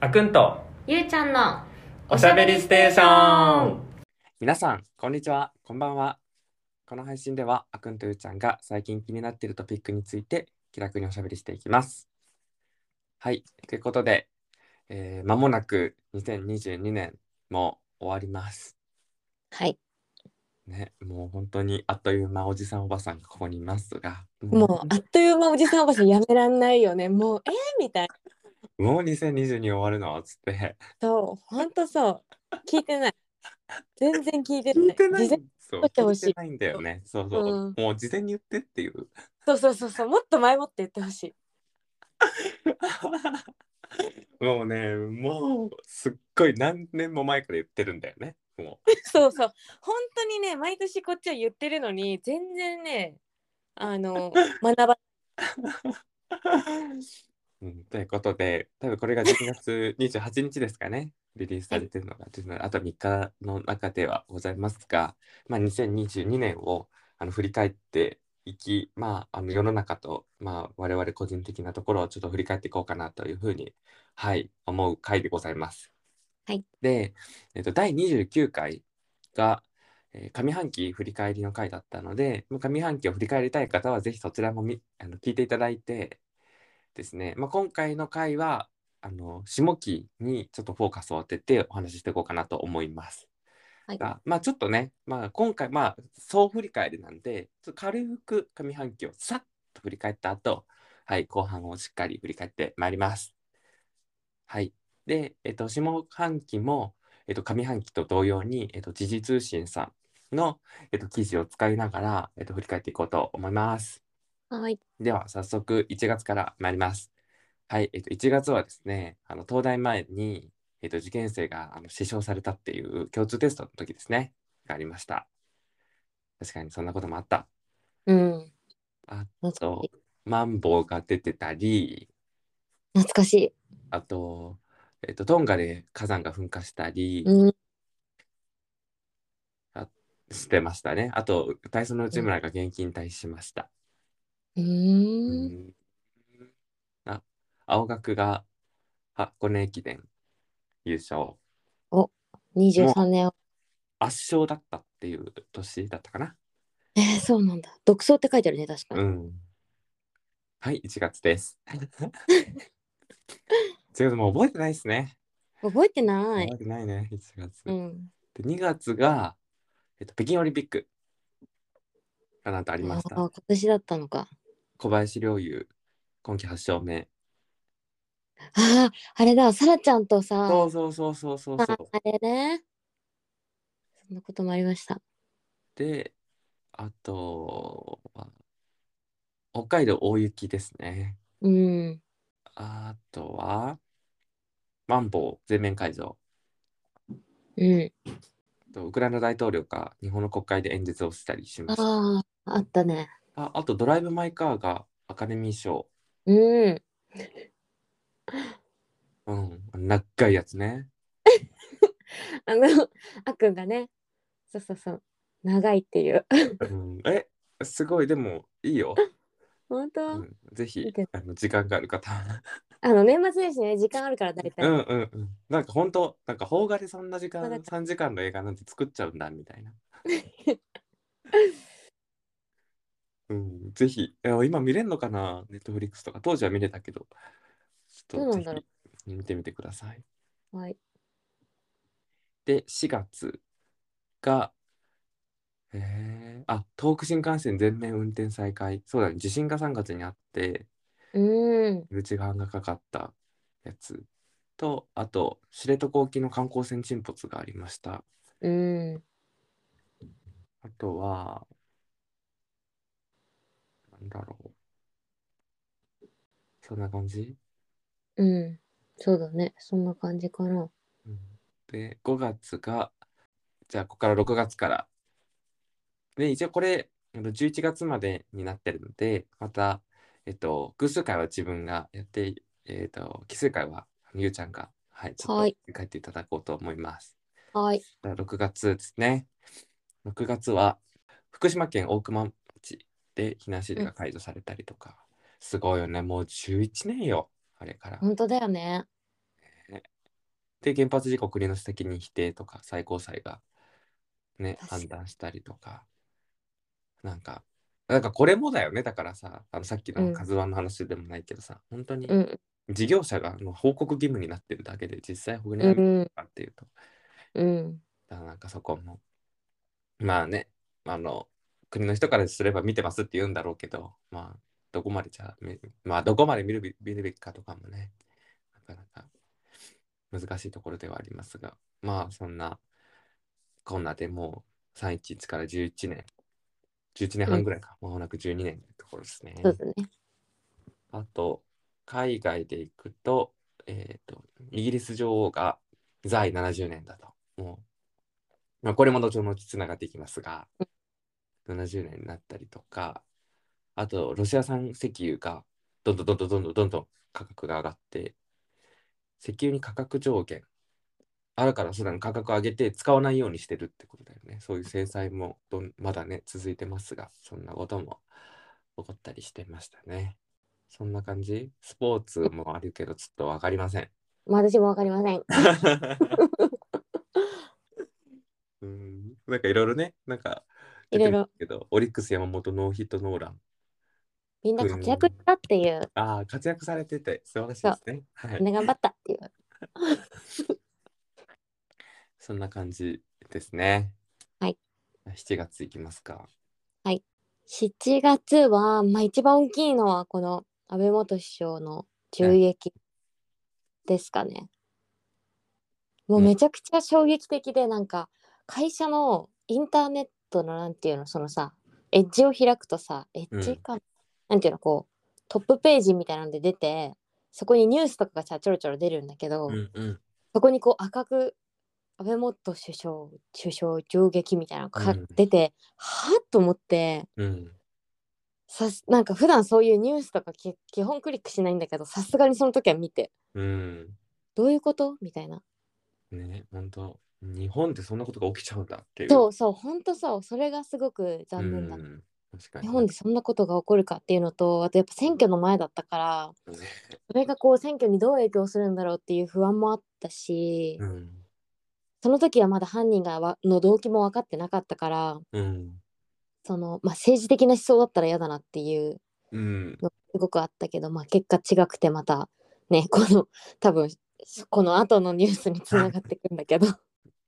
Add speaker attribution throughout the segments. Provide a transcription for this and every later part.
Speaker 1: あくんと
Speaker 2: ゆうちゃんの
Speaker 1: おしゃべりステーション
Speaker 3: 皆さん、こんにちは。こんばんは。この配信では、あくんとゆうちゃんが最近気になっているトピックについて気楽におしゃべりしていきます。はい。ということで、えー、間もなく2022年も終わります。
Speaker 4: はい。
Speaker 3: ね、もう本当にあっという間おじさんおばさんがここにいますが、も
Speaker 4: もうあっという間おじさんおばさんやめらんないよね。もうえー、みたいな。
Speaker 3: うもう2022終わるのつって。
Speaker 4: そう、ほんとそう。聞いてない。全然聞いて
Speaker 3: 聞
Speaker 4: ない
Speaker 3: い。てない
Speaker 4: 事前
Speaker 3: そう
Speaker 4: 撮ってほしい
Speaker 3: 聞いてないんだよね。そうそう。
Speaker 4: うん
Speaker 3: もう事前に言ってっていう。
Speaker 4: そうそうそうそう。もっと前もって言ってほしい。
Speaker 3: もうね、もうすっごい何年も前から言ってるんだよね。もう
Speaker 4: そうそう。本当にね、毎年こっちは言ってるのに、全然ね、あの、学ば、
Speaker 3: うん、ということで、多分これが12月28日ですかね、リリースされてるのが、17あと3日の中ではございますが、まあ、2022年をあの振り返っていき、まあ、あの世の中と、まあ、我々個人的なところをちょっと振り返っていこうかなというふうに、はい、思う回でございます。
Speaker 4: はい、
Speaker 3: で、えっと、第29回が、えー上半期振り返りの回だったので、まあ上半期を振り返りたい方は、ぜひそちらもみあの聞いていただいてですね、まあ、今回の回は、あの下期にちょっとフォーカスを当ててお話ししていこうかなと思います。
Speaker 4: はい
Speaker 3: がまあちょっとね、まあ、今回、まあ、総振り返りなんで、ちょっと軽く上半期をさっと振り返った後、はい、後半をしっかり振り返ってまいります。はい。で、えっと、下半期も、えっと、上半期と同様に、えっと、時事通信さんの、えっと、記事を使いながら、えっと、振り返っていこうと思います。
Speaker 4: はい。
Speaker 3: では、早速、1月から参ります。はい、えっと、1月はですね、あの、東大前に、えっと、受験生が、あの、死傷されたっていう共通テストの時ですね、がありました。確かに、そんなこともあった。
Speaker 4: うん。
Speaker 3: あ
Speaker 4: 懐か
Speaker 3: と
Speaker 4: しい。、
Speaker 3: マンボウが出てたり、
Speaker 4: 懐かしい。
Speaker 3: あと、えっと、トンガで火山が噴火したり
Speaker 4: うん。
Speaker 3: してましたね。あと、体操の内村が現金退避しました。
Speaker 4: う。
Speaker 3: うんんあ、青学が箱根駅伝優勝、
Speaker 4: 23年は。
Speaker 3: 圧勝だったっていう年だったかな。
Speaker 4: えー、そうなんだ。独走って書いてあるね、確か
Speaker 3: う
Speaker 4: に。
Speaker 3: ん。はい、1月 です。1月もう覚えてないですね。
Speaker 4: 覚えてない
Speaker 3: 覚。えてないね、1月。
Speaker 4: うん。
Speaker 3: で、2月が、えっと、北京オリンピックがなんとあり
Speaker 4: あ
Speaker 3: ま
Speaker 4: あ
Speaker 3: し
Speaker 4: ー、
Speaker 3: た。
Speaker 4: 今年だったのか。
Speaker 3: 小林陵侑、今季8勝目。
Speaker 4: ああ、あれだ、さらちゃんとさ、
Speaker 3: そうそうそうそうそうそう。
Speaker 4: あれね。そんなこともありました。
Speaker 3: で、あとは、北海道大雪ですね。
Speaker 4: うん。
Speaker 3: あとは、マンボウ全面解除。
Speaker 4: うん。
Speaker 3: とウクライナ大統領が日本の国会で演説をしたりしました。
Speaker 4: ああ、あったね。
Speaker 3: ああと、ドライブ・マイ・カーがアカデミー賞。
Speaker 4: うん。
Speaker 3: うん、長いやつね。
Speaker 4: あの、あっくんがね、そうそうそう、長いっていう。
Speaker 3: うん、え、すごい、でもいいよ。
Speaker 4: 本当、
Speaker 3: うん、ぜひ
Speaker 4: 見て
Speaker 3: あの、時間がある方は。
Speaker 4: あの、年末年始ね、時間あるから大体。
Speaker 3: うんうんうん。なんか本当なんか邦画でそんな時間
Speaker 4: そうだか
Speaker 3: 3時間の映画なんて作っちゃうんだみたい な。うん、ぜひ。いや今見れるのかなネットフリックスとか。当時は見れたけど。ちょ
Speaker 4: ど
Speaker 3: っ
Speaker 4: う
Speaker 3: と
Speaker 4: な
Speaker 3: ぜ
Speaker 4: んだろ
Speaker 3: ひ見てみてください。
Speaker 4: はい。
Speaker 3: で、4月が、えー、あ、東北新幹線全面運転再開。そうだね。地震が3月にあって、
Speaker 4: うん。
Speaker 3: 内側がかかったやつとあと知床沖の観光船沈没がありました
Speaker 4: うん。
Speaker 3: あとはなんだろうそんな感じ、
Speaker 4: うん。そうだね。そんな感じかな。
Speaker 3: うんで5月がじゃあここから6月からで一応これあの11月までになってるのでまたえっと偶数回は自分がやってえっと奇数回はゆうちゃんがはいちょ
Speaker 4: は
Speaker 3: っ
Speaker 4: い
Speaker 3: と書いていただこうと思います
Speaker 4: はい。
Speaker 3: だから6月ですね。6月は福島県大熊町で避難指示が解除されたりとか、すごいよね。もう11年よ、あれから。
Speaker 4: 本当だよね。
Speaker 3: で、原発事故国の責任否定とか、最高裁がね、
Speaker 4: 確かに
Speaker 3: 判断したりとか、なんか、なんかこれもだよね、だからさ、あのさっき
Speaker 4: う
Speaker 3: の
Speaker 4: ん
Speaker 3: カズワンの話でもないけどさ、本当に
Speaker 4: うん
Speaker 3: 事業者があの報告義務になってるだけで、実際保護に
Speaker 4: う
Speaker 3: ある
Speaker 4: ん
Speaker 3: かっていうと、
Speaker 4: うん
Speaker 3: だからなんかそこも、まあね、あの、国の人からすれば見てますって言うんだろうけど、まあ、どこまでじゃあ、みまあ、どこまで見るべ見るべきかとかもね、なかなか難しいところではありますが、まあ、そんな、こんなでもう311から11年、11年半ぐらいか、まもなく12年ってところですね。
Speaker 4: そうですね
Speaker 3: あと、海外で行くと、えっと、イギリス女王が在位70年だと。もう、まあ、これも後々つながっていきますが、70年になったりとか、あと、ロシア産石油がどんどんどんどんどんどんどんどん価格が上がって、石油に価格上限あるから、それ価格を上げて使わないようにしてるってことだよね。そういう制裁もどんまだね、続いてますが、そんなことも起こったりしてましたね。そんな感じスポーツもあるけど、ちょっとわかりません。
Speaker 4: まあ私もわかりません
Speaker 3: うん、なんかいろいろね、なんか、
Speaker 4: いろ
Speaker 3: 出
Speaker 4: いろ
Speaker 3: てますけど、オリックス山本ノーヒットノーラン。
Speaker 4: みんな活躍したっていう
Speaker 3: ああ、活躍されてて素晴らしいですね。はい
Speaker 4: みん。な頑張ったっていう
Speaker 3: そんな感じですね。
Speaker 4: はい。
Speaker 3: 7月いきますか。
Speaker 4: 7月はまあ一番大きいのはこの安倍元首相の銃撃ですかねもうめちゃくちゃ衝撃的でなんか会社のインターネットのなんていうのそのさエッジを開くとさエッジか、なんていうのこうトップページみたいなので出てそこにニュースとかがちょろちょろ出るんだけど、
Speaker 3: うんうん。
Speaker 4: そこにこう赤く安倍元首相首相銃撃みたいなのが
Speaker 3: うん
Speaker 4: 出て、はっと思って
Speaker 3: うん。
Speaker 4: さすなんか普段そういうニュースとかき基本クリックしないんだけどさすがにその時は見て
Speaker 3: うん。
Speaker 4: どういうことみたいな
Speaker 3: ね、本当日本でそんなことが起きちゃうんだっていう。
Speaker 4: そうそうほんとそうそれがすごく残念だ、
Speaker 3: うん。確かに。
Speaker 4: 日本でそんなことが起こるかっていうのとあとやっぱ選挙の前だったから
Speaker 3: ね
Speaker 4: それがこう選挙にどう影響するんだろうっていう不安もあったし、
Speaker 3: うん。
Speaker 4: その時はまだ犯人がわの動機も分かってなかったから
Speaker 3: うん。
Speaker 4: その、まあ、政治的な思想だったら嫌だなっていう
Speaker 3: うん。
Speaker 4: すごくあったけど、まあ、結果違くてまたね この多分この後のニュースにつながってくんだけど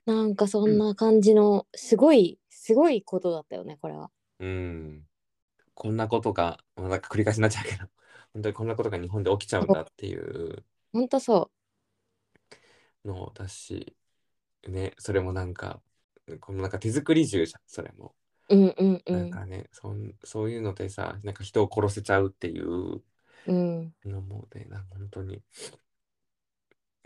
Speaker 4: なんかそんな感じのすごいすごいことだったよねこれは。
Speaker 3: うん。こんなことが、まあなんか繰り返しになっちゃうけど、 本当にこんなことが日本で起きちゃうんだっていう
Speaker 4: ほんとそ
Speaker 3: のだし、ね、それもなんか、このなんか手作り銃じゃん、それも。
Speaker 4: う。うんうんう
Speaker 3: なん
Speaker 4: ん。
Speaker 3: かね、そんそういうのでさ、なんか人を殺せちゃうっていう
Speaker 4: うん、
Speaker 3: のもね、なんか本当に、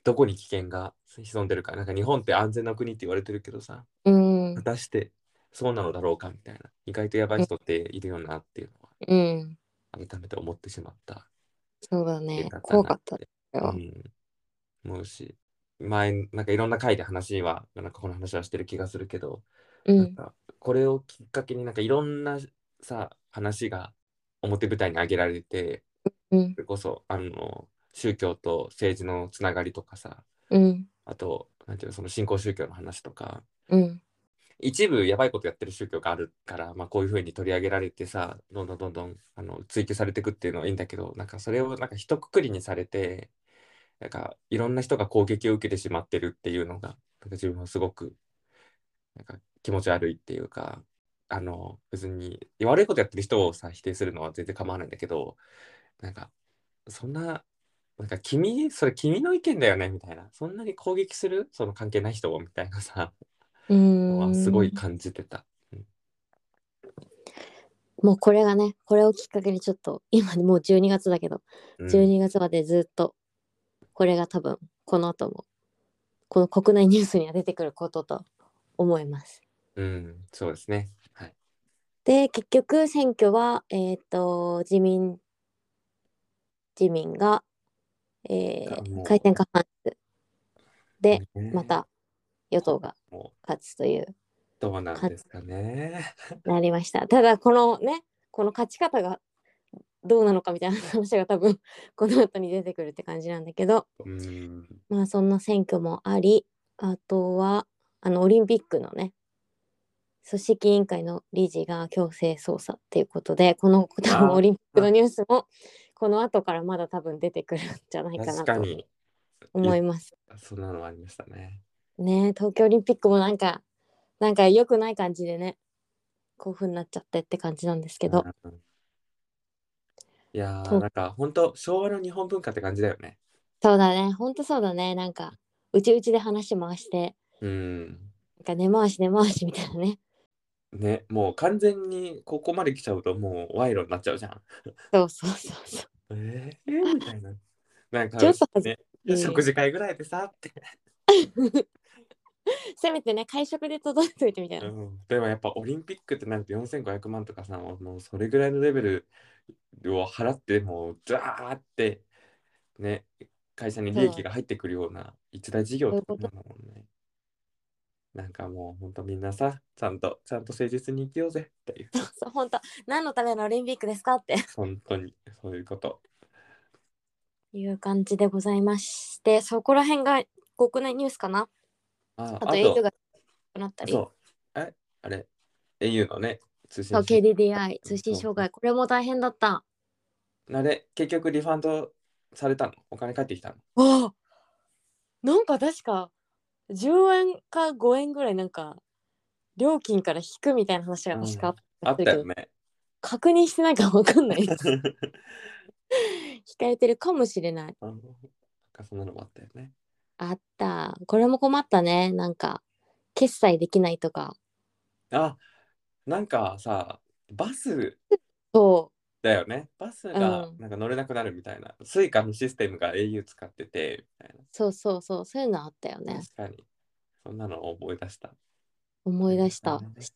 Speaker 3: どこに危険が潜んでるか、なんか日本って安全な国って言われてるけどさ、
Speaker 4: うん
Speaker 3: 果、たしてそうなのだろうかみたいな、意外とやばい人っているよなっていうの
Speaker 4: うん。
Speaker 3: は、改めて思ってしまった
Speaker 4: そうだね
Speaker 3: 映画だな。
Speaker 4: 怖かった
Speaker 3: う
Speaker 4: よ。
Speaker 3: ん、思うし前なんかいろんな回で話はなんかこの話はしてる気がするけど、
Speaker 4: う
Speaker 3: なん
Speaker 4: ん。
Speaker 3: かこれをきっかけになんかいろんなさ話が表舞台に上げられて
Speaker 4: うん
Speaker 3: そ。れこそあの宗教と政治のつながりとかさ
Speaker 4: うん。
Speaker 3: あとなんていうのその新興宗教の話とか
Speaker 4: うん。
Speaker 3: 一部やばいことやってる宗教があるから、まあ、こういうふうに取り上げられてさどんどんどんどんあの追求されていくっていうのはいいんだけどなんかそれをなんか一括りにされてなんかいろんな人が攻撃を受けてしまってるっていうのがなんか自分はすごくなんか気持ち悪いっていうかあの別に悪いことやってる人をさ否定するのは全然構わないんだけどなんかそんな。なんか君それ君の意見だよねみたいなそんなに攻撃するその関係ない人をみたいなさ
Speaker 4: う
Speaker 3: は
Speaker 4: ん。
Speaker 3: すごい感じてた。
Speaker 4: もうこれがね、これをきっかけにちょっと、今もう12月だけど、
Speaker 3: うん
Speaker 4: 12月までずっとこれが多分この後もこの国内ニュースには出てくることと思います。
Speaker 3: うん、そうですね。はい。
Speaker 4: で結局選挙はえっ、と自民自民が、え
Speaker 3: がも
Speaker 4: ー、
Speaker 3: う
Speaker 4: 改選過半数で
Speaker 3: ね
Speaker 4: また与党が
Speaker 3: も
Speaker 4: 勝つという
Speaker 3: うどうなんですかね。
Speaker 4: なりました。ただこのねこの勝ち方がどうなのかみたいな話が多分この後に出てくるって感じなんだけど
Speaker 3: うん。
Speaker 4: まあそんな選挙もありあとはあのオリンピックのね組織委員会の理事が強制捜査っていうことでこの多分
Speaker 3: あー
Speaker 4: オリンピックのニュースもこの後からまだ多分出てくるんじゃないか
Speaker 3: 確
Speaker 4: な
Speaker 3: か
Speaker 4: と
Speaker 3: に、
Speaker 4: 思います。
Speaker 3: そんなのありましたね。
Speaker 4: ねえ東京オリンピックもなんかなんか良くない感じでね興奮になっちゃってって感じなんですけど、
Speaker 3: うんいやー
Speaker 4: と
Speaker 3: なんか本当昭和の日本文化って感じだよね。
Speaker 4: そうだねほんとそうだねなんかうちうちで話回して
Speaker 3: うん。
Speaker 4: なんか根回し根回しみたいなね
Speaker 3: ね、もう完全にここまで来ちゃうともう賄賂になっちゃうじゃん。
Speaker 4: そうそうそうそう
Speaker 3: えー、みたいな。なんか、
Speaker 4: ちょっと恥ず
Speaker 3: ね、
Speaker 4: うん
Speaker 3: 食事会ぐらいでさって。
Speaker 4: せめてね会食で届いといてみたいうな、
Speaker 3: ん、でもやっぱオリンピックってなると4500万とかさ、もうもうそれぐらいのレベルを払って、もうザーって、ね、会社に利益が入ってくるような一大事業ってことだもんね。なんかもう本当みんなさ、ちゃんと、ちゃんと誠実に生きようぜっていう、
Speaker 4: そうそうほんと何のためのオリンピックですかって
Speaker 3: 本当にそういうこと。
Speaker 4: いう感じでございましてそこら辺が国内ニュースかな
Speaker 3: あ
Speaker 4: あと au がなったりそう
Speaker 3: そう。え、あれ、au のね、通信費
Speaker 4: KDDI 通信障害これも大変だった
Speaker 3: あれ、結局リファンドされたのお金返ってきたの
Speaker 4: わあなんか確か10円か5円ぐらいなんか料金から引くみたいな話が確か
Speaker 3: あった
Speaker 4: けど
Speaker 3: よね。
Speaker 4: 確認してないから分かんない 引かれてるかもしれない
Speaker 3: あのなんかそんなのもあったよね。
Speaker 4: あったこれも困ったねなんか決済できないとか
Speaker 3: あ、なんかさ、バス
Speaker 4: そ
Speaker 3: だよね。バスが
Speaker 4: うん
Speaker 3: なんか乗れなくなるみたいな。スイカのシステムが au 使ってて、みたいう
Speaker 4: そうそうそうそういうのあったよ
Speaker 3: な。
Speaker 4: ね
Speaker 3: 確かに。そんなのを思い出した。
Speaker 4: 思い出し
Speaker 3: あ
Speaker 4: た
Speaker 3: ったね
Speaker 4: し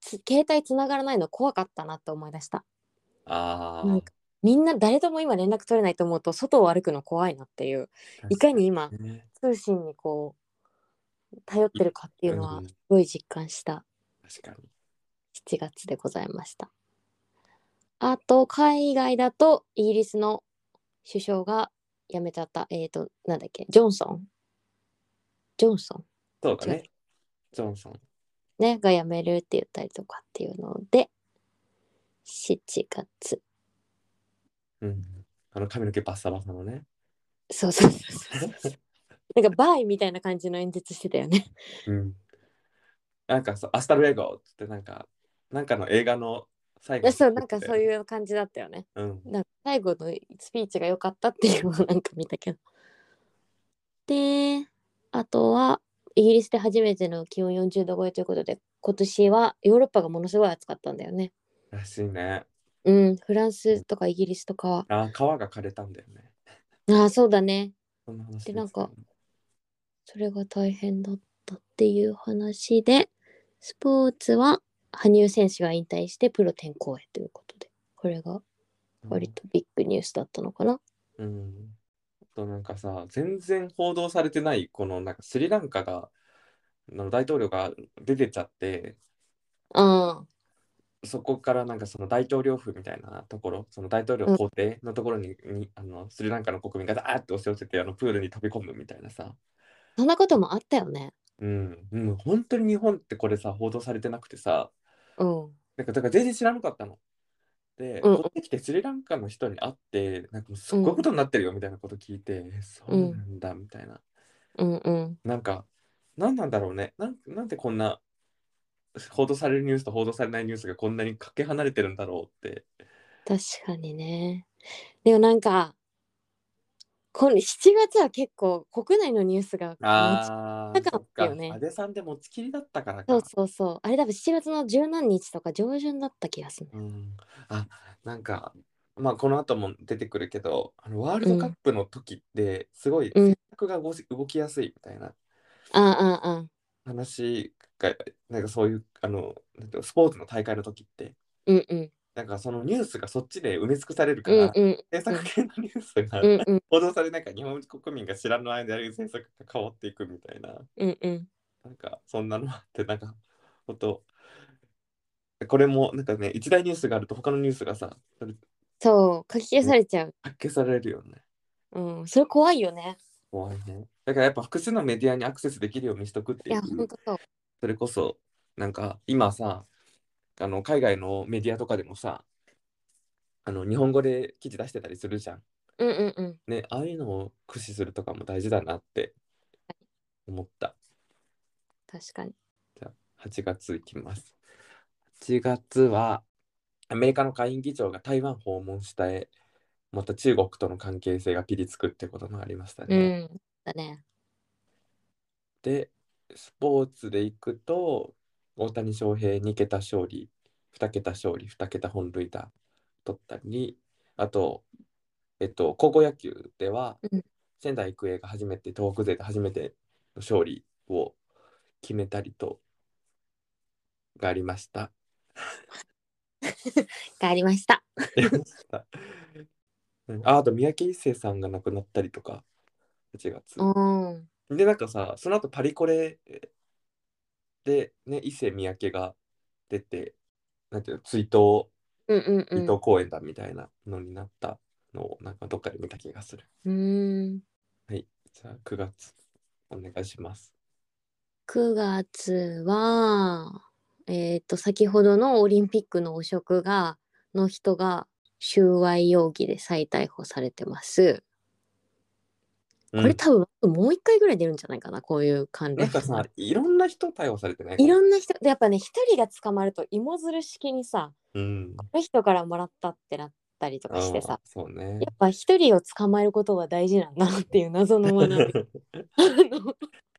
Speaker 4: つ携帯つながらないの怖かったなって思い出した
Speaker 3: あ
Speaker 4: なんかみんな誰とも今連絡取れないと思うと外を歩くの怖いなっていう
Speaker 3: あ、
Speaker 4: いかに今
Speaker 3: 確かにね
Speaker 4: 通信にこう頼ってるかっていうのは
Speaker 3: うん
Speaker 4: すごい実感した
Speaker 3: 確かに。
Speaker 4: 7月でございました。あと海外だとイギリスの首相が辞めちゃったえっ、ー、となんだっけジョンソンジョンソン
Speaker 3: そうだね。ジョンソン。
Speaker 4: ねが辞めるって言ったりとかっていうので7月
Speaker 3: うん。あの髪の毛バッサバサのね。
Speaker 4: そうそうそうそうそうなんかバイみたいな感じの演説してたよね。
Speaker 3: うん。なんかさ、アスタルエゴっつってなんか、なんかの映画の最後。
Speaker 4: そうなんかそう
Speaker 3: う。
Speaker 4: いう感じだったよね。
Speaker 3: うん。
Speaker 4: なんか最後のスピーチが良かったっていうのをなんか見たけど。で、あとはイギリスで初めての気温40度超えということで、今年はヨーロッパがものすごい暑かったんだよね。
Speaker 3: らしいね。
Speaker 4: うん、フランスとかイギリスとかは。
Speaker 3: あ、皮が枯れたんだよね。
Speaker 4: ああ、そうだね。
Speaker 3: そんな話です
Speaker 4: でなんか
Speaker 3: ね
Speaker 4: それが大変だったっていう話で、スポーツは羽生選手が引退してプロ転向へということで、これが割とビッグニュースだったのかな。
Speaker 3: うん。あとなんかさ、全然報道されてない、このなんかスリランカが、あの大統領が出てっちゃって、
Speaker 4: あ
Speaker 3: そこからなんかその大統領府みたいなところ、その大統領公邸のところに、にあのスリランカの国民がザーって押し寄せて、あのプールに飛び込むみたいなさ。
Speaker 4: あ、そんなこともあったよね。
Speaker 3: うん、うん、本当に日本ってこれさ、報道されてなくてさ、
Speaker 4: うん。
Speaker 3: なんかだから全然知らなかったの。で、
Speaker 4: うん
Speaker 3: こっち来てスリランカの人に会って、なんかもうすっごいことになってるよみたいなこと聞いて、えそうなんだみたいな。
Speaker 4: うんうん。
Speaker 3: なんか、なんなんだろうね。なん、なんでこんな、報道されるニュースと報道されないニュースがこんなにかけ離れてるんだろうって。
Speaker 4: 確かにね。でもなんか、この7月は結構国内のニュースが、
Speaker 3: あ
Speaker 4: ーだからだよね
Speaker 3: そっか安倍さんで持ちきりだったからか。
Speaker 4: そうそうそう。あれ多分7月の十何日とか上旬だった気がするね。
Speaker 3: うん、あなんかまあこの後も出てくるけどあのワールドカップの時ってすごい
Speaker 4: うん
Speaker 3: 戦略が動し動きやすいみたいな
Speaker 4: ああああ
Speaker 3: 話がなんかそういうあのなんかスポーツの大会の時って
Speaker 4: うんうん
Speaker 3: なんかそのニュースがそっちで埋め尽くされるか
Speaker 4: うん
Speaker 3: ら
Speaker 4: うん
Speaker 3: 政策系のニュースが
Speaker 4: うんうん
Speaker 3: 報道されないから日本国民が知らないである政策が変わっていくみたいな
Speaker 4: うんうん
Speaker 3: なんかそんなのあってなんかほんとこれもなんかね一大ニュースがあると他のニュースがさ
Speaker 4: そう、書き消されちゃう。
Speaker 3: 発揮されるよね。
Speaker 4: うん、それ怖いよね。
Speaker 3: 怖いね。だからやっぱ複数のメディアにアクセスできるようにしとくって
Speaker 4: い
Speaker 3: い
Speaker 4: や、
Speaker 3: う。
Speaker 4: 本当そう。
Speaker 3: それこそなんか今さあの海外のメディアとかでもさあの日本語で記事出してたりするじゃん。
Speaker 4: うんうんうん。
Speaker 3: ねああいうのを駆使するとかも大事だなって思った。
Speaker 4: 確かに。
Speaker 3: 8月いきます。8月はアメリカの下院議長が台湾訪問したえまた中国との関係性がピリつくってこともありました
Speaker 4: う
Speaker 3: ね。
Speaker 4: ん。だね。
Speaker 3: で、スポーツでいくと、大谷翔平2桁勝利、2桁勝利、2桁本塁打取ったり、あと、えっと、高校野球では
Speaker 4: うん、
Speaker 3: 仙台育英が初めて、東北勢で初めての勝利を決めたりと、がありま した。
Speaker 4: がありました。
Speaker 3: うんあ、あと、三宅一生さんが亡くなったりとか、8月。
Speaker 4: うん。
Speaker 3: で、なんかさ、その後パリコレで、ね、伊勢三宅が出て、なんていうの、追悼、
Speaker 4: うんうんう
Speaker 3: 追
Speaker 4: ん。
Speaker 3: 悼公演だみたいなのになったのを、なんかどっかで見た気がする。
Speaker 4: うーん。
Speaker 3: じゃあ、9月、お願いします。
Speaker 4: 9月は、えっ、と、先ほどのオリンピックの汚職が、の人が、収賄容疑で再逮捕されてます。こ
Speaker 3: う
Speaker 4: れ
Speaker 3: ん
Speaker 4: 多分、もう一回ぐらい出るんじゃないかな、こういう関
Speaker 3: な
Speaker 4: 連
Speaker 3: んかさ、いろんな人逮捕されてない
Speaker 4: いろんな人、でやっぱね、一人が捕まると芋づる式にさ、
Speaker 3: うん。
Speaker 4: この人からもらったってなったりとかしてさ
Speaker 3: あ、ーそうね
Speaker 4: や。っぱ一人を捕まえることは大事なんだなっていう 謎の学び。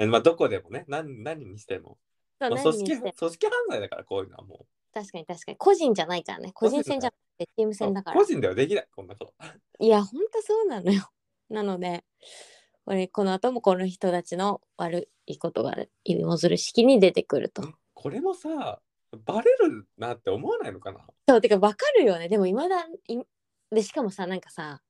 Speaker 3: えまあ、どこでもね、何何にしても。
Speaker 4: あの
Speaker 3: まあ、
Speaker 4: 何
Speaker 3: 組
Speaker 4: に
Speaker 3: 織
Speaker 4: して
Speaker 3: 犯組織犯罪だから、こういうのはも
Speaker 4: 確かに確かに。個人じゃないからね。個人戦じゃなくてチーム
Speaker 3: う。
Speaker 4: 戦だから
Speaker 3: 個。人ではできない、こんなこと。
Speaker 4: いや、ほんとそうなのよ。なので、俺、この後もこの人たちの悪いことが芋づる式に出てくると。
Speaker 3: これもさ、バレるなって思わないのかな
Speaker 4: そうてかわかるよねでもいまだいでしかもさなんかさ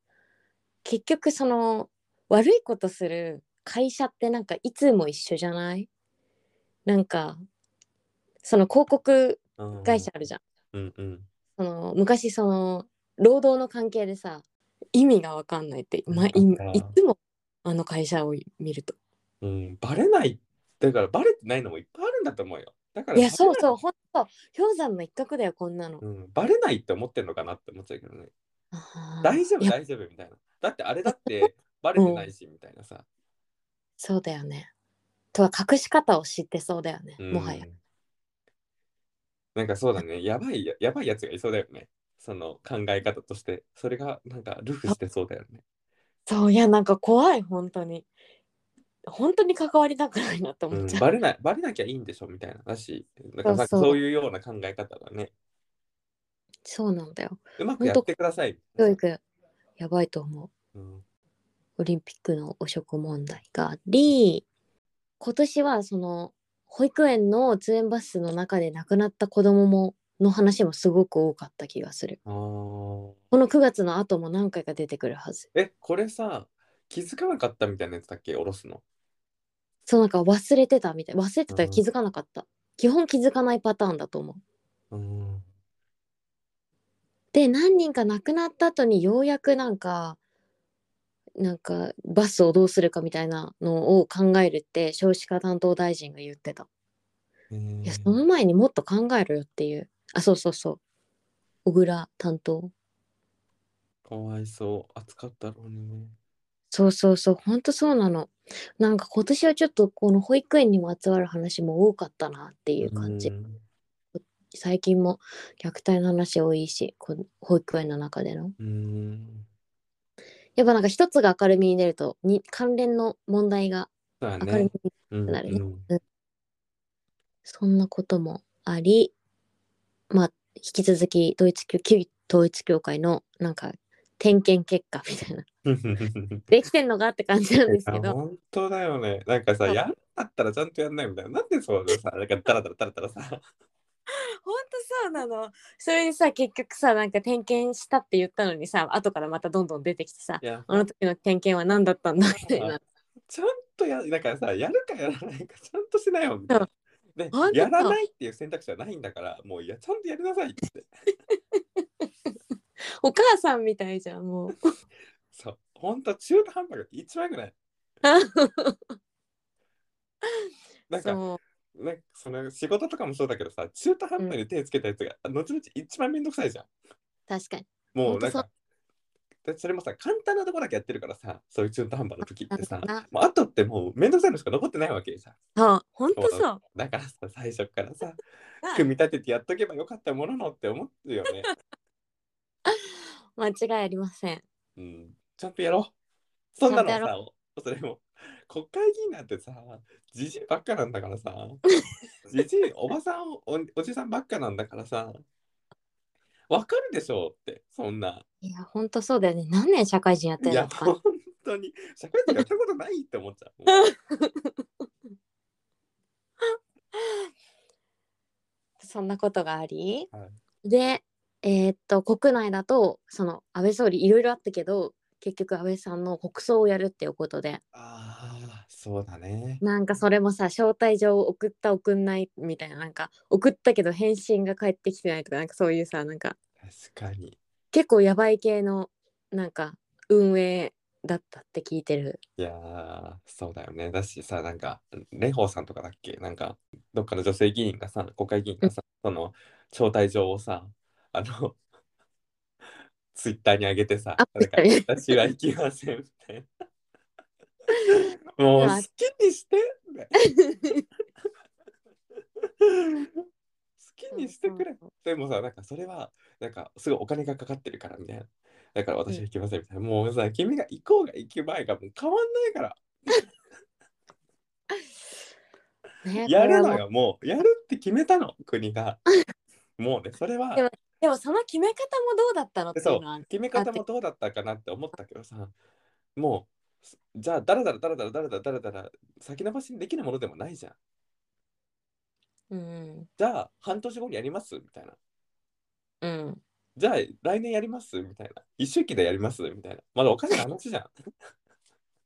Speaker 4: 結局その悪いことする会社ってなんかいつも一緒じゃないなんかその広告
Speaker 3: うん
Speaker 4: 会社あるじゃん、
Speaker 3: うんうん
Speaker 4: その昔その労働の関係でさ意味がわかんないって、ま、い
Speaker 3: なんか
Speaker 4: いつもあの会社を見ると
Speaker 3: うんバレないだからバレてないのもいっぱいあるんだと思うよだから
Speaker 4: いやそう
Speaker 3: う
Speaker 4: そうほんと氷山の一角だよこんなの、
Speaker 3: ん、バレないって思ってんのかなって思っちゃうけどね
Speaker 4: あー
Speaker 3: 大丈
Speaker 4: い
Speaker 3: 夫
Speaker 4: や
Speaker 3: 大丈夫みたいなだってあれだってバレてないしみたいなさ、
Speaker 4: そうだよねとは隠し方を知ってそうだよね、
Speaker 3: うん
Speaker 4: もはや
Speaker 3: なんかそうだねやばいややばいやつがいそうだよねその考え方としてそれがなんかルフしてそうだよね
Speaker 4: そういやなんか怖い本当に本当に関わりたくないなって
Speaker 3: う
Speaker 4: 思っ
Speaker 3: ん
Speaker 4: ちゃう、
Speaker 3: バレないバレなきゃいいんでしょみたいなだしなんかなんか
Speaker 4: そうそう
Speaker 3: そういうような考え方がね
Speaker 4: そうなんだよ
Speaker 3: うまくやってください、
Speaker 4: 教育やばいと思う
Speaker 3: うん
Speaker 4: オリンピックの汚職問題があり今年はその保育園の通園バスの中で亡くなった子供もの話もすごく多かった気がする
Speaker 3: あー
Speaker 4: この9月の後も何回か出てくるはず
Speaker 3: え、これさ、気づかなかったみたいなやつだっけ、おろすの。
Speaker 4: そうなんか忘れてたみたい忘れてた
Speaker 3: う
Speaker 4: よ
Speaker 3: ん
Speaker 4: 気づかなかった、基本気づかないパターンだと思う
Speaker 3: うん。
Speaker 4: で何人か亡くなった後にようやくなんかなんかバスをどうするかみたいなのを考えるって少子化担当大臣が言ってた、
Speaker 3: え
Speaker 4: いやその前にもっと考えろよっていうあそうそうそう小倉担当
Speaker 3: かわいそう。暑かったろうね。
Speaker 4: そうそうそうほんとそうなのなんか今年はちょっとこの保育園にまつわる話も多かったなっていう感じ、
Speaker 3: うん
Speaker 4: 最近も虐待の話多いしこ保育園の中での
Speaker 3: うん。
Speaker 4: やっぱなんか一つが明るみに出るとに関連の問題が
Speaker 3: そうだ
Speaker 4: 明るみ
Speaker 3: ね
Speaker 4: に。
Speaker 3: うん
Speaker 4: なるね
Speaker 3: うん
Speaker 4: そんなこともあり、まあ、引き続きドイツ教旧統一教会のなんか点検結果み たいなできてんのかって感じなんですけ
Speaker 3: いや
Speaker 4: ど
Speaker 3: 本当だよね。なんかさ、
Speaker 4: はい
Speaker 3: やんなったらちゃんとやんないみたいな。なんでそうださ、なんかダラダラダラダラさ。
Speaker 4: 本当そうなのそれでさ結局さなんか点検したって言ったのにさ後からまたどんどん出てきてさ
Speaker 3: いや、
Speaker 4: あの時の点検は何だったんだみたいな
Speaker 3: ちゃんとや、なんかさ、やるかやらないかちゃんとしなよみたいな。で
Speaker 4: 本当、
Speaker 3: やらないっていう選択肢はないんだから、もういや、ちゃんとやりなさいって。
Speaker 4: お母さんみたいじゃん、 もう。
Speaker 3: そう。ほんと中途半端が一番ぐらい。なんか、
Speaker 4: そう
Speaker 3: なんかその仕事とかもそうだけどさ、中途半端に手つけたやつが、後々一番めんどくさいじゃん。
Speaker 4: 確かに。
Speaker 3: もう
Speaker 4: ほ
Speaker 3: なん
Speaker 4: と
Speaker 3: ん
Speaker 4: そう
Speaker 3: か、でそれもさ、簡単なとこだけやってるからさ、そういう中途半端な時ってさ
Speaker 4: なんだな、
Speaker 3: もうあとってもうめんどくさいのしか残ってないわけじゃん。
Speaker 4: そう、本当そう。
Speaker 3: だからさ、最初からさ
Speaker 4: は、い
Speaker 3: 組み立ててやっとけばよかったもののって思うよね。
Speaker 4: 間違いありません。
Speaker 3: うん、ちゃんとやろう。そんなの
Speaker 4: ちゃんとや
Speaker 3: さ、それも国会議員なんてさ、じじいばっかなんだから さ、じじい、おばさんお、おじさんばっかなんだからさ、わかるでしょうって、そんな。
Speaker 4: いや、本当そうだよね。何年社会人やって
Speaker 3: い
Speaker 4: ん
Speaker 3: や
Speaker 4: の、
Speaker 3: 本
Speaker 4: か。
Speaker 3: 当に、社会人やったことないって思っちゃ う。
Speaker 4: そんなことがあり。
Speaker 3: はい
Speaker 4: で、えーっと、国内だと、その安倍総理いろいろあったけど、結局安倍さんの国葬をやるっていうことで、
Speaker 3: ああ、そうだね。
Speaker 4: なんかそれもさ、招待状を送った、送んないみたいな、なんか送ったけど返信が返ってきてないとか、なんかそういうさ、なんか
Speaker 3: 確かに。
Speaker 4: 結構やばい系の、なんか運営だったって聞いてる。
Speaker 3: いやー、そうだよね。だしさ、なんか、蓮舫さんとかだっけなんか、どっかの女性議員がさ、国会議員がさ、その、招待状をさ、あの、 ツイッターに上げてさ、
Speaker 4: あ
Speaker 3: なんか、
Speaker 4: 見た
Speaker 3: 私は行きませんみたいな。 もう、
Speaker 4: うわ
Speaker 3: 好きにして、みたいな好き にしてくれ。でもさ、なんかそれは、なんかすごいお金がかかってるからみたいな。だから私は行きませんみたいな。もうさ、君が行こうが行く前がもう変わんないから、
Speaker 4: ね
Speaker 3: やる
Speaker 4: こ
Speaker 3: の
Speaker 4: れはもう
Speaker 3: よ、もう、やるって決めたの、国 が。もうね、それは
Speaker 4: で、もでもその決め方もどうだったのってい
Speaker 3: そう
Speaker 4: のは
Speaker 3: う、決め方もどうだったかなって思ったけどさ、もう、すじゃあ、だらだらだらだらだらだらだら、先延ばしにできるものでもないじゃん。
Speaker 4: うん
Speaker 3: じゃあ、半年後にやりますみたいな。
Speaker 4: うん
Speaker 3: じゃあ、来年やりますみたいな。一周期でやりますみたいな。まだおかしな話じ ゃん。
Speaker 4: そう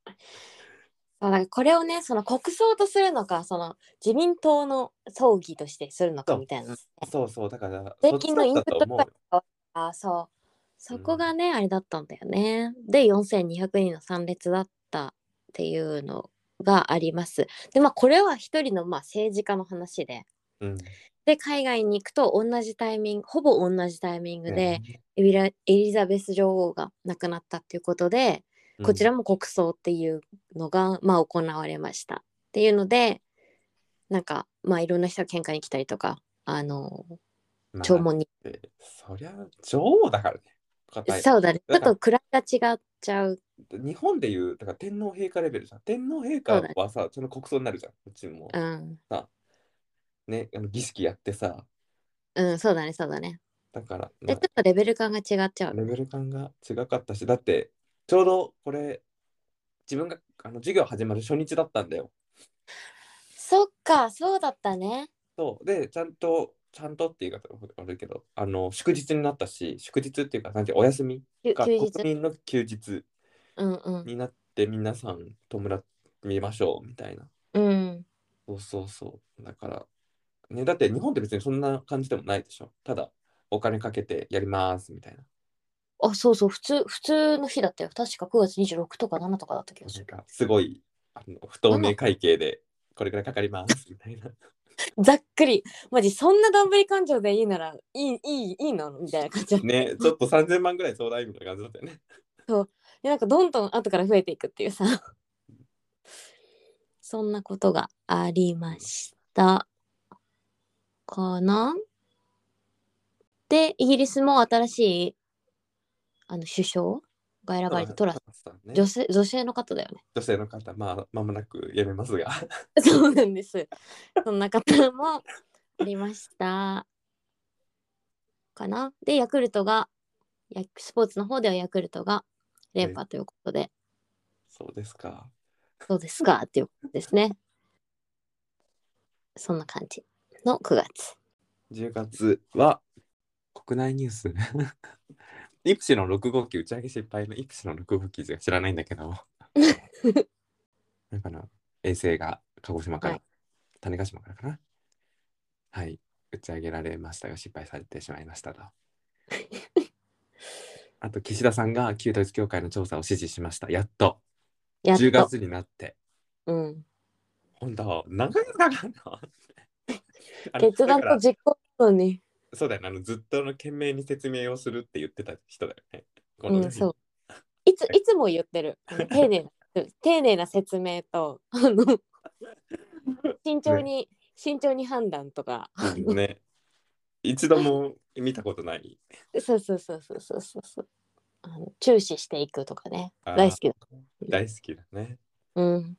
Speaker 4: だからこれをねその国葬とするのかその自民党の葬儀としてするのかみたいな
Speaker 3: そうそう、だから、そ
Speaker 4: 税
Speaker 3: っち
Speaker 4: 金
Speaker 3: だ
Speaker 4: の
Speaker 3: っ
Speaker 4: インプ
Speaker 3: た
Speaker 4: ッ
Speaker 3: と
Speaker 4: ト
Speaker 3: 思う
Speaker 4: が
Speaker 3: よ。
Speaker 4: あそうそこがね、あれだったんだよねで4200人の参列だったっていうのがありますでまあこれは一人のまあ政治家の話で
Speaker 3: うん。
Speaker 4: で海外に行くと同じタイミングほぼ同じタイミングで、エビラエリザベス女王が亡くなったっていうことで、
Speaker 3: うん
Speaker 4: こちらも国葬っていうのが、まあ、行われましたっていうのでなんかまあいろんな人が喧嘩に来たりとかあの
Speaker 3: まあ
Speaker 4: 弔問に、
Speaker 3: ってそりゃ、女王だからね。答え
Speaker 4: そうだねちょ
Speaker 3: だ
Speaker 4: っ
Speaker 3: から
Speaker 4: と位が違っちゃう
Speaker 3: 日本でいうだから天皇陛下レベルじゃん天皇陛
Speaker 4: そ
Speaker 3: 下
Speaker 4: うだね
Speaker 3: はさその国葬になるじゃんうちも
Speaker 4: うん、
Speaker 3: ねあの儀式やってさ
Speaker 4: うん、そうだねそうだね
Speaker 3: だから、
Speaker 4: で
Speaker 3: ま
Speaker 4: ちょっとレベル感が違っちゃ
Speaker 3: あ
Speaker 4: う
Speaker 3: レベル感が違かったしだってちょうどこれ自分があの授業始まる初日だったんだよ
Speaker 4: そっかそうだったね
Speaker 3: そうでちゃんとちゃんとって言い方あるけどあの祝日になったし祝日っていうかなんてお休み
Speaker 4: ゆ
Speaker 3: が
Speaker 4: 休日
Speaker 3: 国民の休日
Speaker 4: うんうん
Speaker 3: になって皆さん弔みましょうみたいな
Speaker 4: うん
Speaker 3: そうそうそう。だから、ね、だって日本って別にそんな感じでもないでしょ。ただ、お金かけてやりますみたいな。
Speaker 4: あそうそう普通普通の日だったよ確か9月26とか7とかだった気がす
Speaker 3: なん
Speaker 4: る
Speaker 3: かすごいあの不透明会計でこれくらいかかりますみた いな。
Speaker 4: ざっくりマジそんなどんぶり感情でいいならいいいいいいのみたいな感じだった
Speaker 3: ね、ちょっと3000万ぐらいちょうだいみたいな感じだったよね。
Speaker 4: でなんかどんどん後から増えていくっていうさ そんなことがありましたかなでイギリスも新しいあの首相が選ばれてトラス
Speaker 3: スさんね
Speaker 4: 女性女性の方だよね
Speaker 3: 女性の方、まあ、まもなく辞めますが。
Speaker 4: そうなんですそんな方もありましたかなでヤクルトがやスポーツの方ではヤクルトが連覇ということで
Speaker 3: そうですか。
Speaker 4: そうですかっていうことですね。そんな感じの9月。
Speaker 3: 10月は国内ニュース。 イプシロン6号機打ち上げ失敗のイプシロン6号機しか知らないんだけ ど。だから衛星が鹿児島から、
Speaker 4: はい
Speaker 3: 種子島からかな。 はい。打ち上げられましたが失敗されてしまいましたと。あと岸田さんが旧統一教会の調査を支持しました。やっと
Speaker 4: やっと
Speaker 3: 10月になって。
Speaker 4: うん、
Speaker 3: 本当長い なかなあの
Speaker 4: 決断
Speaker 3: だから
Speaker 4: と実行なのに、
Speaker 3: そうだよねあのずっとあの懸命に説明をするって言ってた人だよね。こ
Speaker 4: う
Speaker 3: の
Speaker 4: ん、そういついつも言ってるあの丁寧な 丁寧な説明とあ の慎重に、慎重に判断とか
Speaker 3: うんね。一度も見たことない。
Speaker 4: そうそうそうそうそうそうそうあの注視していくとかね
Speaker 3: あー
Speaker 4: 大好きだ
Speaker 3: 大好きだね。
Speaker 4: うん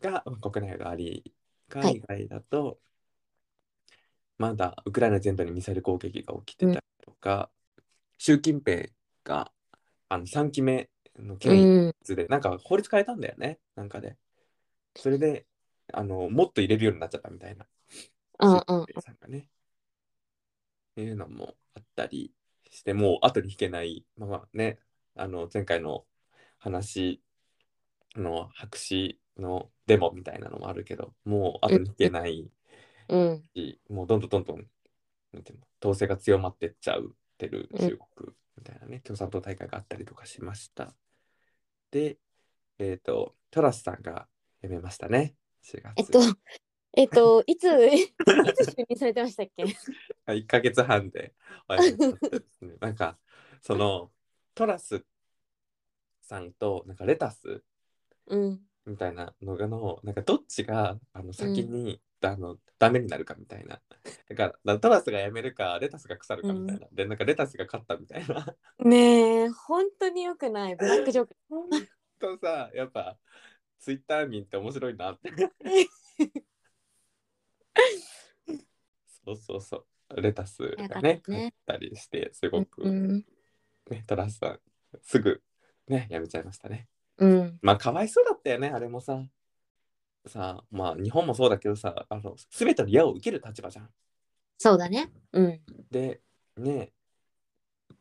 Speaker 3: が国内があり、
Speaker 4: は
Speaker 3: 海
Speaker 4: い
Speaker 3: 外だと、まだウクライナ全土にミサイル攻撃が起きてたりとか、習近平があの3期目の
Speaker 4: う
Speaker 3: 権威
Speaker 4: ん
Speaker 3: つで、なんか法律変えたんだよね、なんかで。それで、あの、もっと入れるようになっちゃったみたいな。
Speaker 4: うん
Speaker 3: 習
Speaker 4: う
Speaker 3: 近
Speaker 4: ん
Speaker 3: 平さんがね。っていうのもあったりして、もう後に引けないままね、あの、前回の話あの白紙のデモみたいなのもあるけど、もう後に引けない
Speaker 4: うん
Speaker 3: し、もうどんどんどんどん、なんていうの、統制が強まってっちゃうってる
Speaker 4: うん
Speaker 3: 中国みたいなね、共産党大会があったりとかしました。で、えっ、と、トラスさんが辞めましたね、4月。
Speaker 4: えっとえっといつ いつ就任されてましたっけ
Speaker 3: 1ヶ月半でお会いになったんですね。なんかそのトラスさんとなんかレタス
Speaker 4: うん
Speaker 3: みたいなのがのなんかどっちがあの先に、あのダメになるかみたいな。だからトラスがやめるかレタスが腐るかみたいな。でなんかレタスが勝ったみたいな。
Speaker 4: ねえ本当によくないブラックジョーク
Speaker 3: とさやっぱツイッター民って面白いな って。そうそうそう。レタスがね
Speaker 4: よかったね
Speaker 3: 勝ったりしてすごく、
Speaker 4: うん
Speaker 3: ね、トラスさんすぐねやめちゃいましたね。
Speaker 4: うん
Speaker 3: まあかわいそうだったよねあれもささあまあ日本もそうだけどさあの全ての矢を受ける立場じゃん。
Speaker 4: そうだねうん
Speaker 3: でね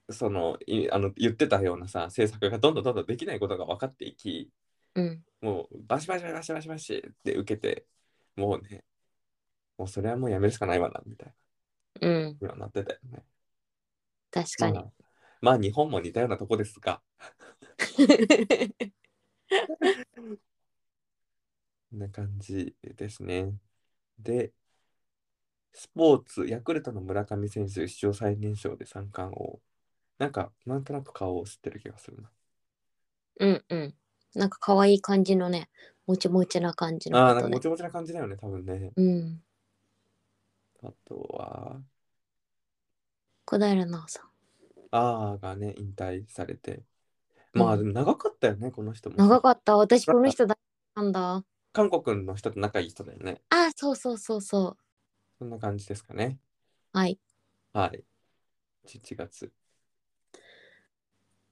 Speaker 3: そのいあの言ってたようなさ政策がどんどんどんどんできないことが分かっていき
Speaker 4: うん
Speaker 3: もうバシバシバシバシバシって受けてもうねもうそれはもうやめるしかないわなみたい
Speaker 4: うん
Speaker 3: な今なってたよね。
Speaker 4: 確かに
Speaker 3: まあまあ日本も似たようなとこですがこんな感じですね。で、スポーツ、ヤクルトの村上選手、史上最年少で三冠王。なんか、なんとなく顔を知ってる気がするな。
Speaker 4: うんうんなんか可愛い感じのねもちもちな感じ
Speaker 3: ああー、
Speaker 4: の
Speaker 3: なん
Speaker 4: こ
Speaker 3: か
Speaker 4: と
Speaker 3: もちも
Speaker 4: ね
Speaker 3: ちな感じだよね、多分ね。
Speaker 4: うん
Speaker 3: あとは、
Speaker 4: 小平奈緒さん
Speaker 3: あーがね、引退されて。まあ、
Speaker 4: うん
Speaker 3: でも長かったよね、この人も。
Speaker 4: 長かった私この人大好きなんだ
Speaker 3: 韓国の人と仲いい人だよね。
Speaker 4: あそうそうそうそ
Speaker 3: そんな感じですかね。
Speaker 4: うはい
Speaker 3: はい。11月。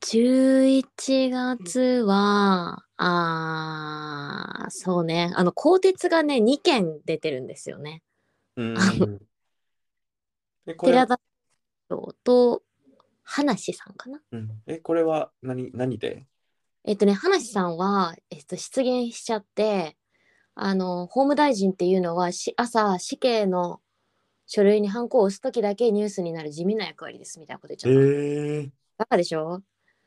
Speaker 4: 11月は、あーそうねあの鋼鉄がね2件出てるんですよね
Speaker 3: うん。 え、これ
Speaker 4: 寺
Speaker 3: は、
Speaker 4: 田と花師さんかな
Speaker 3: うん、え、これは何、何で
Speaker 4: えっとね花師さんは、えっと、失言しちゃってあの法務大臣っていうのはし朝死刑の書類にハンコを押す時だけニュースになる地味な役割ですみたいなこと言っち
Speaker 3: え
Speaker 4: ゃった、
Speaker 3: ー、
Speaker 4: バカでしょ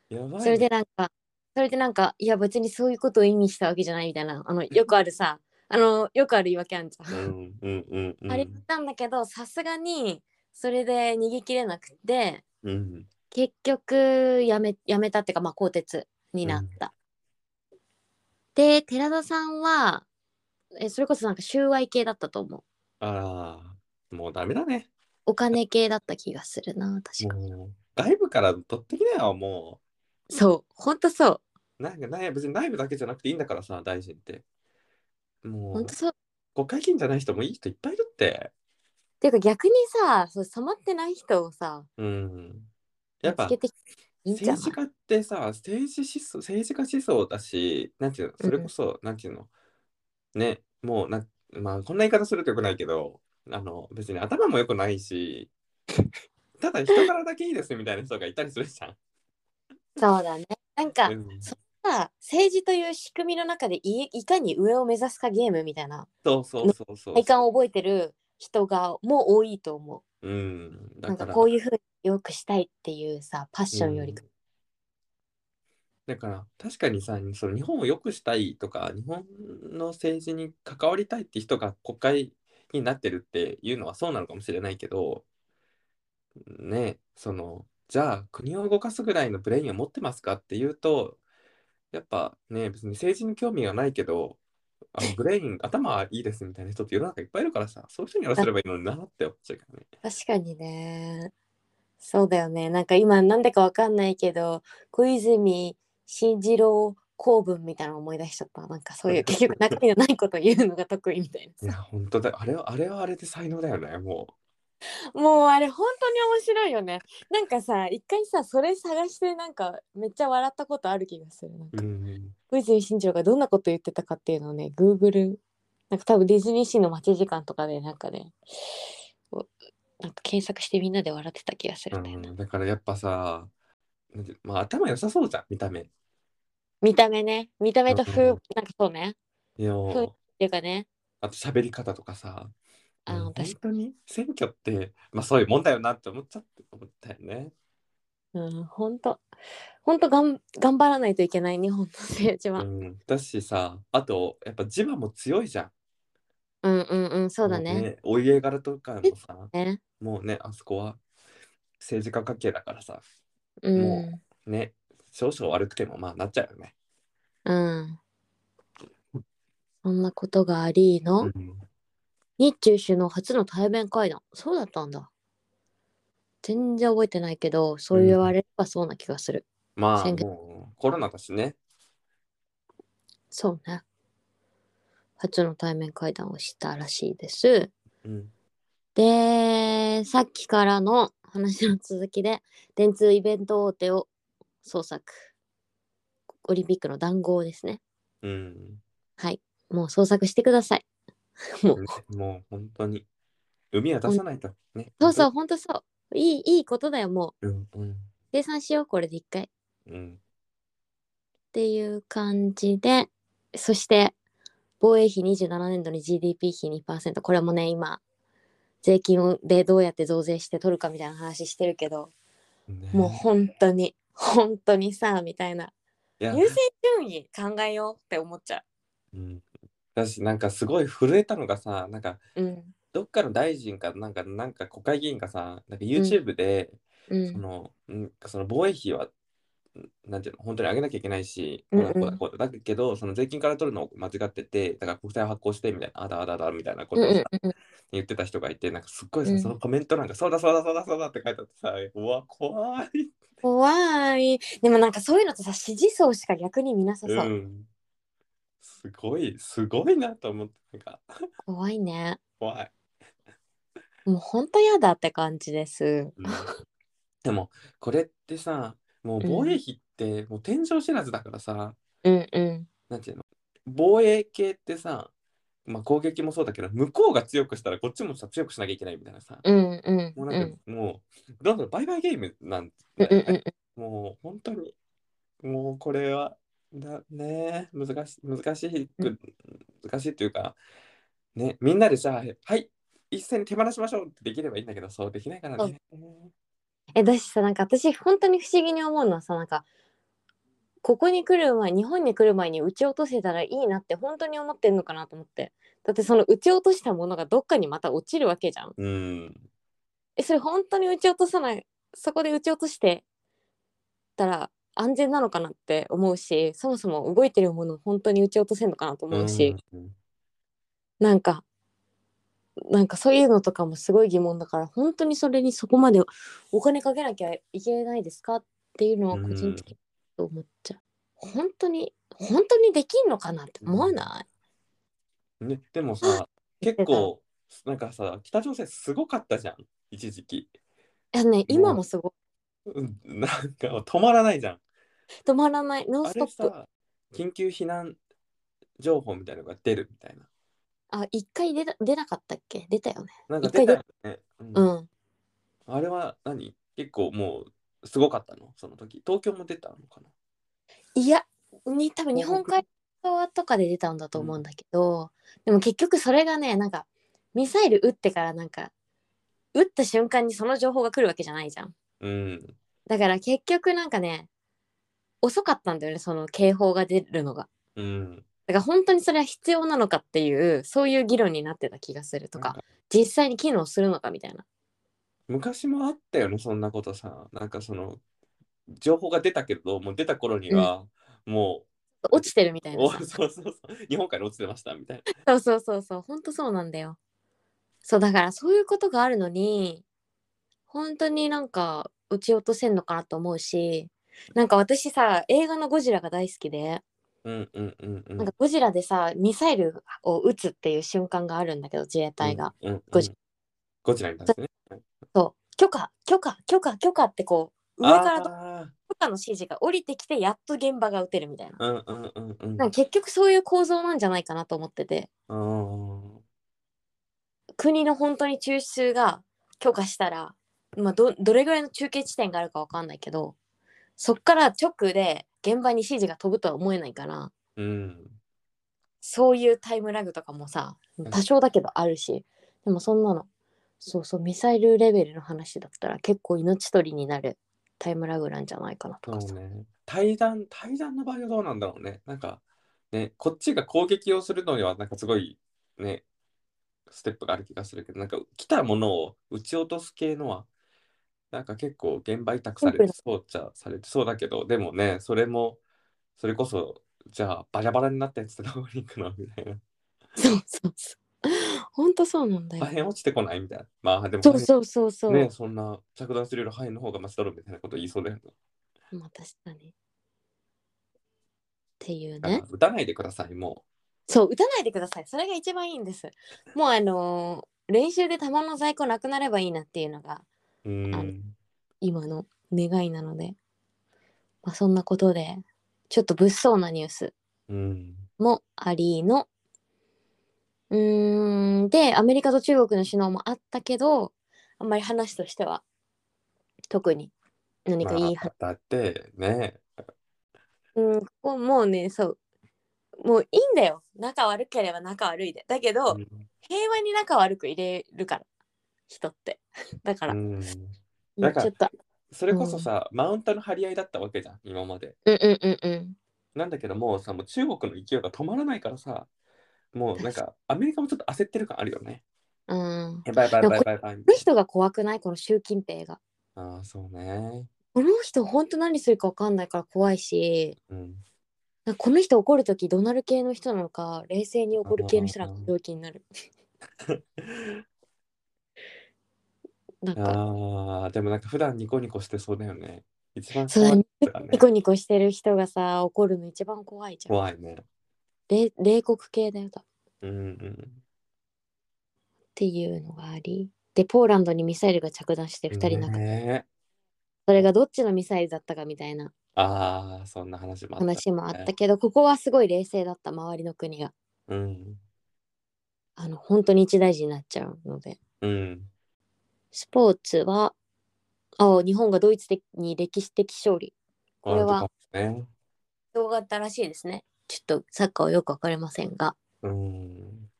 Speaker 3: やばい、ね。
Speaker 4: それでなんか、それでなんか、いや別にそういうことを意味したわけじゃないみたいな、あの、よくあるさ、あの、よくある言い訳あんじゃん。
Speaker 3: うんうんうんうん。
Speaker 4: あれ言ったんだけど、さすがに、それで逃げきれなくて、
Speaker 3: うん。
Speaker 4: 結局、やめ、やめたっていうか、まあ、更迭になった。で、寺田さんは、えそれこそなんか、収賄系だったと思う。
Speaker 3: あら、もうダメだね。
Speaker 4: お金系だった気がするな、確か。
Speaker 3: もう外部から取ってきなよ、も
Speaker 4: そう、ほんとそう、
Speaker 3: う。なんかない別に内部だけじゃなくていいんだからさ、大臣って。も
Speaker 4: ほ
Speaker 3: うん
Speaker 4: と、そう。っ
Speaker 3: 国会議員じゃない人もいい人いっぱいいるって。
Speaker 4: ていうか、逆にさ、そう染まってない人をさ、
Speaker 3: うん。や
Speaker 4: 見
Speaker 3: っぱ
Speaker 4: つけていいんじゃ
Speaker 3: 政
Speaker 4: ない
Speaker 3: 治家ってさ、政治思想、政治家思想だし、なんていうの、それこそ、なんていうの、ね、もうな、まあ、こんな言い方するとよくないけど、あの、別に頭もよくないし、ただ人からだけいいですみたいな人がいたりするじゃん。
Speaker 4: そうだね。なんか
Speaker 3: うん
Speaker 4: そさ、政治という仕組みの中でいいかに上を目指すかゲームみたいな
Speaker 3: そうそうそうそう。
Speaker 4: 体感を覚えてる人がもう多いと思
Speaker 3: うん。
Speaker 4: う。
Speaker 3: だ
Speaker 4: なん
Speaker 3: か、
Speaker 4: からこういうふうに良くしたいっていうさ、パッションより
Speaker 3: うん
Speaker 4: か
Speaker 3: だから確かにさその日本を良くしたいとか日本の政治に関わりたいって人が国会になってるっていうのはそうなのかもしれないけどねそのじゃあ国を動かすぐらいのブレインを持ってますかっていうとやっぱね別に政治に興味がないけどあ のブレイン頭いいですみたいな人って世の中いっぱいいるからさそういう人にやらせればいいのになって思っちゃうからね。
Speaker 4: 確かにね。そうだよね。なんか今なんでかわかんないけど、小泉進次郎公文みたいなの思い出しちゃった。なんかそういう結局中身のないことを言うのが得意みたい
Speaker 3: いや本当だあれはあれはあれで才能だよねも
Speaker 4: な。もうあれ本当に面白いよね。なんかさ、一回さ、それ探してなんかめっちゃ笑ったことある気がする。なん
Speaker 3: う。
Speaker 4: か
Speaker 3: うん
Speaker 4: 小泉進次郎がどんなこと言ってたかっていうのをね、Google、なんか多分ディズニーシーの待ち時間とかでなんかね、おなんか検索してみんなで笑ってた気がするんだよね。
Speaker 3: うん、だからやっぱさ、なんてまあ、頭良さそうじゃん、見た目。
Speaker 4: 見た目ね。見た目と風、
Speaker 3: うん
Speaker 4: なんかそうね。
Speaker 3: いや
Speaker 4: 雰囲気っていうかね。
Speaker 3: あと喋り方とかさ。
Speaker 4: あ
Speaker 3: うん
Speaker 4: の
Speaker 3: 本
Speaker 4: 私、
Speaker 3: 当に選挙って、まあ、そういうもんだよなって思っちゃって思ったよね。
Speaker 4: うん、本当本当がん頑張らないといけない日本の政治
Speaker 3: う
Speaker 4: は。
Speaker 3: ん、だしさ、あとやっぱ磁場も強いじゃん。
Speaker 4: うんうんうん、そうだ
Speaker 3: も
Speaker 4: ね。
Speaker 3: お家柄とかもさ、
Speaker 4: ね
Speaker 3: もうね、あそこは政治家家系だからさ、
Speaker 4: う
Speaker 3: も
Speaker 4: ん、
Speaker 3: ね、少々悪くてもまあなっちゃうよね。
Speaker 4: うん。そんなことがありの、
Speaker 3: うん、
Speaker 4: 日中首脳初の対面会談。そうだったんだ。全然覚えてないけど、そう言われればそうな気がする。
Speaker 3: まあ
Speaker 4: 選挙
Speaker 3: もうコロナだしね。
Speaker 4: そうね。初の対面会談をしたらしいです。
Speaker 3: うん、
Speaker 4: で、さっきからの話の続きで、電通イベント大手を捜索。オリンピックの談合ですね。
Speaker 3: うん
Speaker 4: はい。もう捜索してください。もう、
Speaker 3: もう本当に。海は出さないと。ね。
Speaker 4: そうそう、ほんとそう。いい、いいことだよ、もう。
Speaker 3: うんうん
Speaker 4: 計算しよう、これで一回。っ
Speaker 3: うん。
Speaker 4: ていう感じで、そして、防衛費27年度に GDP 比2%。これもね、今、税金をでどうやって増税して取るかみたいな話してるけど、
Speaker 3: ね
Speaker 4: もう本当に、本当にさ、みたいな。
Speaker 3: いや、
Speaker 4: 優先順位考えようって思っちゃ
Speaker 3: うん、私なんかすごい震えたのがさ、なんか
Speaker 4: う。うん。
Speaker 3: どっかの大臣かなんかなんか国会議員がさ、なんか YouTube で、
Speaker 4: う
Speaker 3: そ
Speaker 4: ん。
Speaker 3: のうんその防衛費はうんなんていうの本当に上げなきゃいけないし、
Speaker 4: うんうん
Speaker 3: こうだこうだこうだだけどその税金から取るのを間違ってて、だから国債を発行してみたいなあだあだあだみたいなことをさ
Speaker 4: うんうんうん
Speaker 3: 言ってた人がいて、なんかすっごいさ、
Speaker 4: うん
Speaker 3: そのコメントなんかそうだそうだそうだそうだって書いてあってさ、うわ怖い。
Speaker 4: 怖い。でもなんかそういうのとさ、支持層しか逆に見なさそう。
Speaker 3: うん。すごい、すごいなと思って、なんか、
Speaker 4: 怖いね。
Speaker 3: 怖 い。
Speaker 4: もうほんとやだって感じです。
Speaker 3: うんでも、これってさ、もう防衛費って、もう天井知らずだからさ、
Speaker 4: うんうん。
Speaker 3: なんていうの、防衛系ってさ、まあ、攻撃もそうだけど、向こうが強くしたら、こっちもさ、強くしなきゃいけないみたいなさ、
Speaker 4: うんうん
Speaker 3: もう
Speaker 4: うん。
Speaker 3: なんか、もう、どんどんバイバイゲームなん
Speaker 4: う
Speaker 3: だ
Speaker 4: んうん
Speaker 3: よ
Speaker 4: う
Speaker 3: ね
Speaker 4: ん
Speaker 3: もう、本当に、もう、これは、だねえ難し難しいく、難しいというか、ね、みんなでさ、はい、一斉に手放しましょうってできればいいんだけど、そうできないからね。
Speaker 4: えだしさなんか私本当に不思議に思うのはさなんかここに来る前日本に来る前に撃ち落とせたらいいなって本当に思ってんのかなと思ってだってその撃ち落としたものがどっかにまた落ちるわけじゃん
Speaker 3: うん、
Speaker 4: えそれ本当に撃ち落とさないそこで撃ち落としてたら安全なのかなって思うしそもそも動いてるものを本当に撃ち落とせんのかなと思うし、
Speaker 3: うん
Speaker 4: なんかなんかそういうのとかもすごい疑問だから本当にそれにそこまでお金かけなきゃいけないですかっていうのは個人的に思っちゃう、本当に本当にできんのかなって思わない、
Speaker 3: ね、でもさ、結構、なんかさ、北朝鮮すごかったじゃん、一時期。
Speaker 4: いやね今もすごい
Speaker 3: うんなんか止まらないじゃん。
Speaker 4: 止まらないノン
Speaker 3: あ
Speaker 4: スト
Speaker 3: れ
Speaker 4: ップ
Speaker 3: さ、緊急避難情報みたいなのが出るみたいな。
Speaker 4: あ一回出た出なかったっけ出たよね
Speaker 3: なんか出たよね。
Speaker 4: う
Speaker 3: うん
Speaker 4: ん
Speaker 3: あれは何結構もうすごかったのその時。東京も出たのかない
Speaker 4: や、に多分日本
Speaker 3: 東北
Speaker 4: 海側とかで出たんだと思うんだけど、でも結局それがね、なんかミサイル撃ってからなんか撃った瞬間にその情報が来るわけじゃないじゃん。
Speaker 3: うん。
Speaker 4: だから結局なんかね、遅かったんだよねその警報が出るのが。
Speaker 3: うん。
Speaker 4: だから本当にそれは必要なのかっていうそういう議論になってた気がすると
Speaker 3: なん
Speaker 4: か実際に機能するのかみたいな。
Speaker 3: 昔もあったよね、そんなことさ。なんかその、情報が出たけど、もう出た頃には、も
Speaker 4: 落ちてるみた
Speaker 3: う、
Speaker 4: いな
Speaker 3: お
Speaker 4: さ
Speaker 3: そうそうそう、日本海に落ちてましたみたいな。
Speaker 4: そうそうそうそう本当そうなんだよ。そうだからそういうことがあるのに本当になんか撃ち落とせんのかなと思うしなんか私さ映画の「ゴジラ」が大好きで
Speaker 3: うんうんうんうん。
Speaker 4: なんかゴジラでさミサイルを撃つっていう瞬間があるんだけど自衛隊が。
Speaker 3: うんうん
Speaker 4: ゴジ
Speaker 3: ゴジラに対してね。
Speaker 4: そう許可許可許可許可ってこう上からと許
Speaker 3: あ
Speaker 4: 可の指示が降りてきてやっと現場が撃てるみたいな
Speaker 3: あ、うんうんうんうん。
Speaker 4: なんか結局そういう構造なんじゃないかなと思ってて
Speaker 3: うん
Speaker 4: 国の本当に中枢が許可したら、まあ、どどれぐらいの中継地点があるかわかんないけどそっから直で現場に指示が飛ぶとは思えないから
Speaker 3: うん。
Speaker 4: そういうタイムラグとかもさ多少だけどあるしでもそんなのそうそうミサイルレベルの話だったら結構命取りになるタイムラグなんじゃないかなとかさ
Speaker 3: そうね。対談、対談の場合はどうなんだろうね。なんか、ね、こっちが攻撃をするのには、なんかすごい、ね、ステップがある気がするけど、なんか来たものを撃ち落とす系のは、なんか結構現場委託されてそうじゃされてそうだけど、でもね、それも、それこそ、じゃあバラバラになったやつってどこに行くのみたいな。
Speaker 4: そうそうそう。ほんとそうなんだよ
Speaker 3: 破。片落ちてこないみたいな。まあでも、
Speaker 4: そうそうそうそう。
Speaker 3: ね、そんな着弾するより範囲の方がマシだろうみたいなこと言いそうだよね。
Speaker 4: まあ確かに。っていう
Speaker 3: だから
Speaker 4: ね。
Speaker 3: 撃たないでください、も
Speaker 4: そう、打たないでください。それが一番いいんです。もうあのー練習で球の在庫なくなればいいなっていうのが
Speaker 3: う。うーん。
Speaker 4: 今の願いなので。まあそんなことで、ちょっと物騒なニュース
Speaker 3: うん。
Speaker 4: もありの。うーん。で、アメリカと中国の首脳もあったけど、あんまり話としては、特に何かいい話
Speaker 3: まあだってね、
Speaker 4: うん、ここもうねそうもういいんだよ仲悪ければ仲悪いでだけど、
Speaker 3: うん
Speaker 4: 平和に仲悪く入れるから人って だから、
Speaker 3: うん
Speaker 4: も
Speaker 3: だ
Speaker 4: う
Speaker 3: から
Speaker 4: ちょっと
Speaker 3: それこそさ、マウントの張り合いだったわけじゃん、今まで。
Speaker 4: うんうんうんうん
Speaker 3: なんだけどもうさ、もう中国の勢いが止まらないからさ、もうなんかアメリカもちょっと焦ってる感あるよね。
Speaker 4: うん
Speaker 3: えバイバイバイバイバイみ
Speaker 4: こ
Speaker 3: た
Speaker 4: の
Speaker 3: い
Speaker 4: 人が怖くないこの習近平が
Speaker 3: な。ああ、そうね。
Speaker 4: この人本当何するか分かんないから怖いし
Speaker 3: うん。
Speaker 4: なんかこの人怒る時怒鳴る系の人なのか冷静に怒る系の人なのか
Speaker 3: あー
Speaker 4: 病気 になるなんか
Speaker 3: ああ、でもなんか普段ニコニコしてそうだよね。一番
Speaker 4: そうだね
Speaker 3: 怖いよね
Speaker 4: ニコニコしてる人がさ怒るの一番怖いじゃん
Speaker 3: 怖いね。
Speaker 4: れ冷酷系だよ多分
Speaker 3: うんうん。
Speaker 4: っていうのがありでポーランドにミサイルが着弾して2人仲、
Speaker 3: ねえ
Speaker 4: それがどっちのミサイルだったかみたいな
Speaker 3: ああ、そんな話もあった。
Speaker 4: 話もあったけどここはすごい冷静だった周りの国が
Speaker 3: うん。
Speaker 4: あの本当に一大事になっちゃうので
Speaker 3: うん。
Speaker 4: スポーツはあ日本がドイツに歴史的勝利これ
Speaker 3: ワール
Speaker 4: は
Speaker 3: ドカップね。
Speaker 4: 動画あったらしいですねちょっとサッカーはよくわかりませんが
Speaker 3: うん。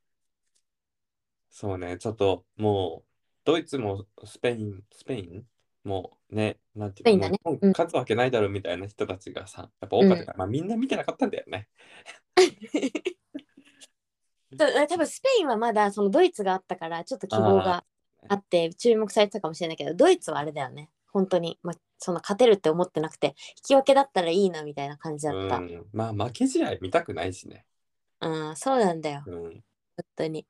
Speaker 3: そうね、ちょっともう、ドイツもスペイン、スペインもうね、なんていう
Speaker 4: スペイン
Speaker 3: の
Speaker 4: だね
Speaker 3: もう日本
Speaker 4: うん
Speaker 3: 勝つわけないだろうみたいな人たちがさ、やっぱ多かったから、まあみんな見てなかったんだよね。
Speaker 4: そう多分スペインはまだそのドイツがあったからちょっと希望があって注目されてたかもしれないけどドイツはあれだよね本当に、まあ、その勝てるって思ってなくて引き分けだったらいいなみたいな感じだった、
Speaker 3: うん、まあ負け試合見たくないしね。
Speaker 4: うん、そうなんだよ本
Speaker 3: うん。
Speaker 4: 当に。っ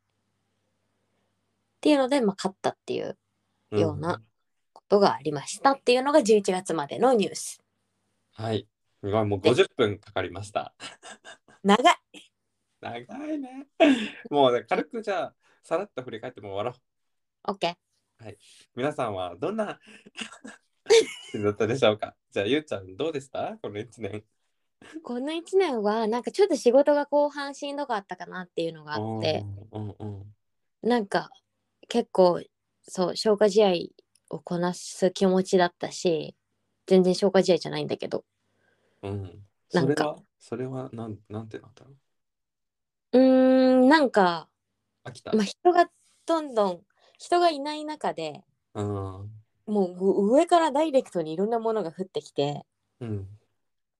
Speaker 4: ていうので、まあ、勝ったっていう
Speaker 3: うん
Speaker 4: ようなことがありましたっていうのが11月までのニュース。
Speaker 3: はい。すごい、もう50分かかりました。
Speaker 4: 長い
Speaker 3: 長い ね。もうね、軽くじゃあ、さらっと振り返ってもう終わろう。
Speaker 4: !OK。
Speaker 3: 皆さんはどんな だったでしょうかじゃあ、ゆうちゃん、どうでしたこの1年。
Speaker 4: この1年はなんかちょっと仕事が後半しんどかったかなっていうのがあって
Speaker 3: うんうん
Speaker 4: なんか結構そう消化試合をこなす気持ちだったし全然消化試合じゃないんだけど
Speaker 3: うんうん。
Speaker 4: な
Speaker 3: そ
Speaker 4: ん
Speaker 3: れ
Speaker 4: か
Speaker 3: は、それはなん、なんてなったの
Speaker 4: うーんなんか、
Speaker 3: 飽きた。
Speaker 4: まあ、人がどんどん人がいない中で
Speaker 3: うん。
Speaker 4: もう上からダイレクトにいろんなものが降ってきて
Speaker 3: うん。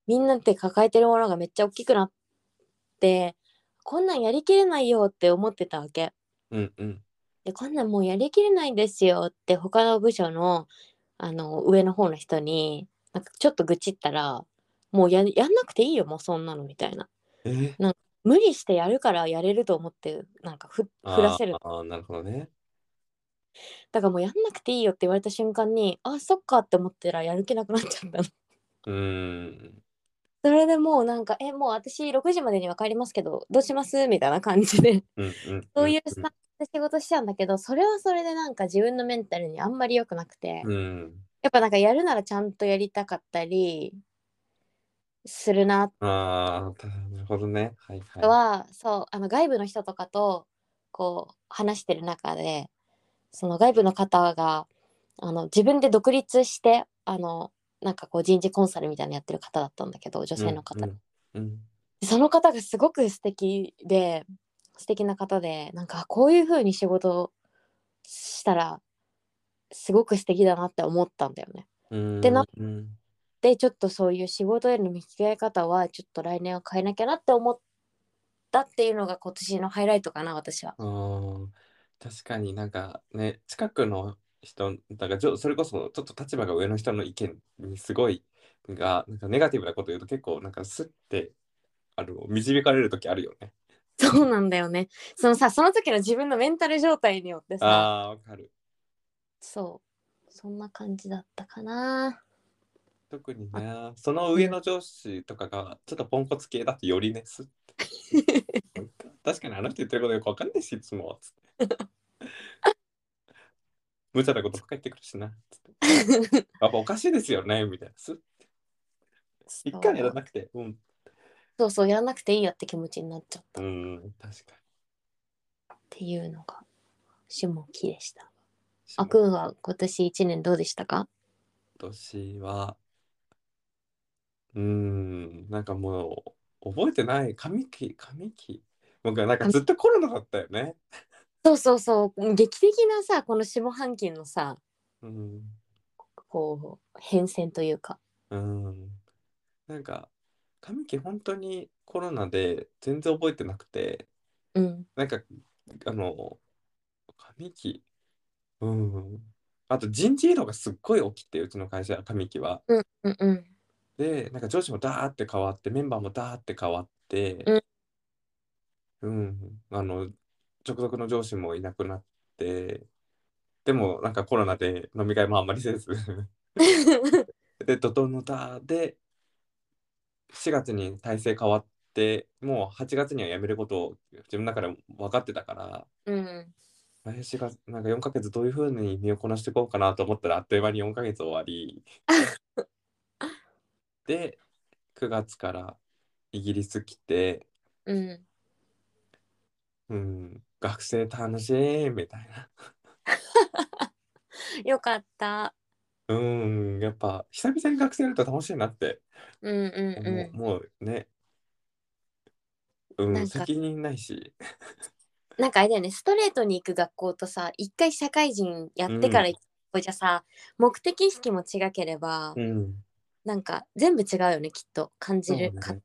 Speaker 4: みんなって抱えてるものがめっちゃ大きくなってこんなんやりきれないよって思ってたわけ。
Speaker 3: うんうん
Speaker 4: でこんなんもうやりきれないんですよって他の部署のあの上の方の人になんかちょっと愚痴ったらもうややんなくていいよもうそんなのみたいな
Speaker 3: えー
Speaker 4: 無理してやるからやれると思ってなんかふ
Speaker 3: あー
Speaker 4: 振らせる
Speaker 3: あーなるほどね
Speaker 4: だからもうやんなくていいよって言われた瞬間にあそっかって思ったらやる気なくなっちゃったの
Speaker 3: うーん
Speaker 4: それでもうなんかえもう私6時までには帰りますけどどうしますみたいな感じで
Speaker 3: うんうん
Speaker 4: そういうスタンスで仕事しちゃうんだけどそれはそれでなんか自分のメンタルにあんまり良くなくて、
Speaker 3: うん
Speaker 4: やっぱなんかやるならちゃんとやりたかったりするな
Speaker 3: ああなるほどねはいはい
Speaker 4: とは、そうあの外部の人とかとこう話してる中でその外部の方があの自分で独立してあのなんかこう人事コンサルみたいなのやってる方だったんだけど女性の方、
Speaker 3: うんうん
Speaker 4: その方がすごく素敵で素敵な方でなんかこういう風に仕事をしたらすごく素敵だなって思ったんだよね。
Speaker 3: うん
Speaker 4: でな
Speaker 3: うん
Speaker 4: でちょっとそういう仕事への向き合い方はちょっと来年は変えなきゃなって思ったっていうのが今年のハイライトかな私は。
Speaker 3: あー確かになんかね近くの人だからじょそれこそちょっと立場が上の人の意見にすごいがなんかネガティブなこと言うと結構なんかスッてあの導かれる時あるよね。
Speaker 4: そうなんだよね。そのさその時の自分のメンタル状態によってさ
Speaker 3: あーわかる。
Speaker 4: そうそんな感じだったかな。
Speaker 3: 特にねその上の上司とかがちょっとポンコツ系だとよりねスッて確かにあの人言ってることよくわかんないしいつもつって無茶なことばっかり言ってくるしなつってやっぱおかしいですよねみたいなスッ一回やらなくてうん
Speaker 4: そうそうやらなくていいやって気持ちになっちゃった
Speaker 3: う
Speaker 4: っ
Speaker 3: ん、確かに。
Speaker 4: ていうのが下期でした。
Speaker 3: 仕
Speaker 4: あ
Speaker 3: 事
Speaker 4: くんは今年1年どうでしたか
Speaker 3: 今年は、うん、なんかもう、覚えてない。神木、神木。僕はなんかずっとコロナだったよね。
Speaker 4: そうそうそう劇的なさこの下半期のさ
Speaker 3: うん、
Speaker 4: こう変遷というか。
Speaker 3: うん。なんか、神木本当にコロナで全然覚えてなくて、
Speaker 4: うん
Speaker 3: なんか、あの、神木、うん。あと人事異動がすっごい起きて、うちの会社、神木は。
Speaker 4: うんうん
Speaker 3: で、なんか上司もダーって変わって、メンバーもダーって変わって、うん、あの、直属の上司もいなくなって、でもなんかコロナで飲み会もあんまりせず、 で、怒涛のダーで、4月に体制変わって、もう8月には辞めることを自分の中で分かってたから、
Speaker 4: うん
Speaker 3: 来4月、なんか4ヶ月どういうふうに身をこなしていこうかなと思ったら、あっという間に4ヶ月終わ り。で、9月からイギリス来て、
Speaker 4: うん
Speaker 3: うん、学生楽しいみたいな。
Speaker 4: よかった
Speaker 3: うん、やっぱ久々に学生いると楽しいなって
Speaker 4: うんうん
Speaker 3: 思う、
Speaker 4: う
Speaker 3: もうね。うん、
Speaker 4: なんか
Speaker 3: 責任ないし。
Speaker 4: んなんかあれだよねストレートに行く学校とさ一回社会人やってから行く学校じゃさ、目的意識も違ければ、
Speaker 3: うん、
Speaker 4: なんか全部違うよねきっと感じる
Speaker 3: そう
Speaker 4: か
Speaker 3: ね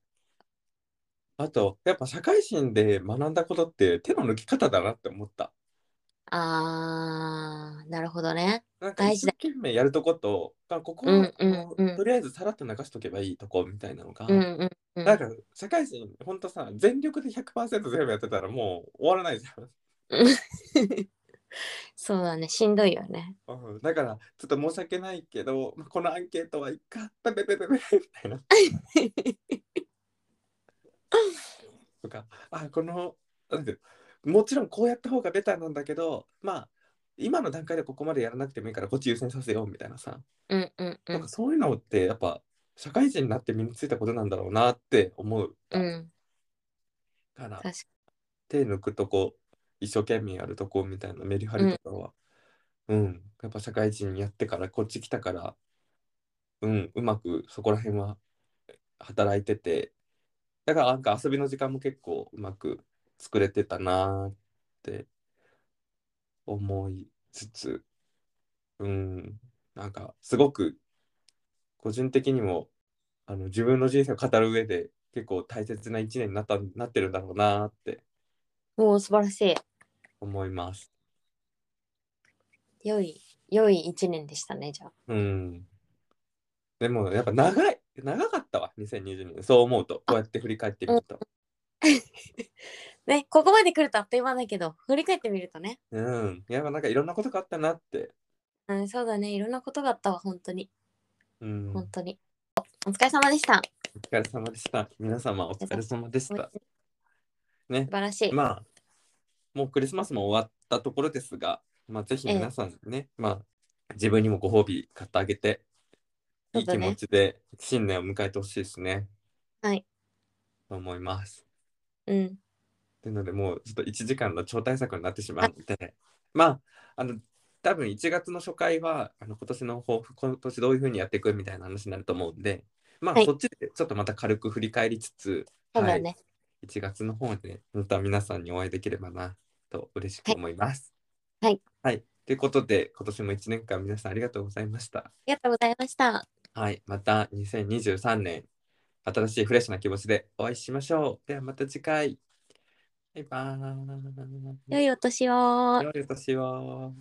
Speaker 3: あと、やっぱ社会人で学んだことって手の抜き方だなって思った。
Speaker 4: あーなるほどね
Speaker 3: なんか
Speaker 4: 大
Speaker 3: 一
Speaker 4: 事
Speaker 3: 生
Speaker 4: だ
Speaker 3: 懸命やるとこと、あここ
Speaker 4: うんうんうん
Speaker 3: とりあえずさらっと流しとけばいいとこみたいなのが、
Speaker 4: うんうんうん
Speaker 3: なんか社会人、ほんとさ、全力で100%全部やってたらもう終わらないじゃん。
Speaker 4: そうだねしんどいよね
Speaker 3: うんだからちょっと申し訳ないけどまあこのアンケートはいっかペペペペペみたいなとかあこのなんていうのもちろんこうやった方がベターなんだけどまあ今の段階でここまでやらなくてもいいからこっち優先させようみたいなさ、
Speaker 4: うんうんう
Speaker 3: なん
Speaker 4: ん
Speaker 3: かそういうのってやっぱ社会人になって身についたことなんだろうなって思う
Speaker 4: うん
Speaker 3: から、
Speaker 4: 確か
Speaker 3: 手抜くとこ一生懸命やるとこみたいなメリハリとかはうん、やっぱ社会人やってからこっち来たからうんうまくそこら辺は働いててだからなんか遊びの時間も結構うまく作れてたなーって思いつつうんなんかすごく個人的にもあの自分の人生を語る上で結構大切な一年になったなってるんだろうなって
Speaker 4: もう素晴らしい。
Speaker 3: 思います。
Speaker 4: 良い、良い一年でしたね、じゃあ。
Speaker 3: うん。でもやっぱ長い長かったわ2022年そう思うとこうやって振り返ってみると。
Speaker 4: ね、ここまで来るとあっという間だけど、振り返ってみるとね。
Speaker 3: うん。やっぱなんかいろんなことがあったなって。
Speaker 4: うん、そうだね。いろんなことがあったわ、本当に。
Speaker 3: うん。
Speaker 4: 本当に。お疲れ様でした。
Speaker 3: お疲れ様でした。皆様お疲れ様でし
Speaker 4: 素
Speaker 3: た。ね
Speaker 4: 晴。らしい。
Speaker 3: まあ、もうクリスマスも終わったところですが、まあ、ぜひ
Speaker 4: ええ
Speaker 3: 皆さんね、まあ、自分にもご褒美買ってあげて、い
Speaker 4: そう
Speaker 3: い
Speaker 4: だ
Speaker 3: 気
Speaker 4: ね
Speaker 3: 持ちで新年を迎えてほしいですね。
Speaker 4: はい。
Speaker 3: と思います。
Speaker 4: うん。
Speaker 3: というので、もうちょっと1時間の超大作になってしまうので、まあ、あの、多分1月の初回は、あの今年の抱負、今年どういうふうにやっていくみたいな話になると思うんで、まあ、
Speaker 4: はい
Speaker 3: そっちでちょっとまた軽く振り返りつつ、
Speaker 4: そうだ
Speaker 3: はい
Speaker 4: ね。
Speaker 3: 1月の方でまた皆さんにお会いできればなと嬉しく思います。
Speaker 4: はい。
Speaker 3: はい。ということで、今年も1年間皆さんありがとうございました。
Speaker 4: ありがとうございました。
Speaker 3: はい。また2023年、新しいフレッシュな気持ちでお会いしましょう。ではまた次回。バイバーイ。
Speaker 4: 良いお年を。
Speaker 3: 良いお年を。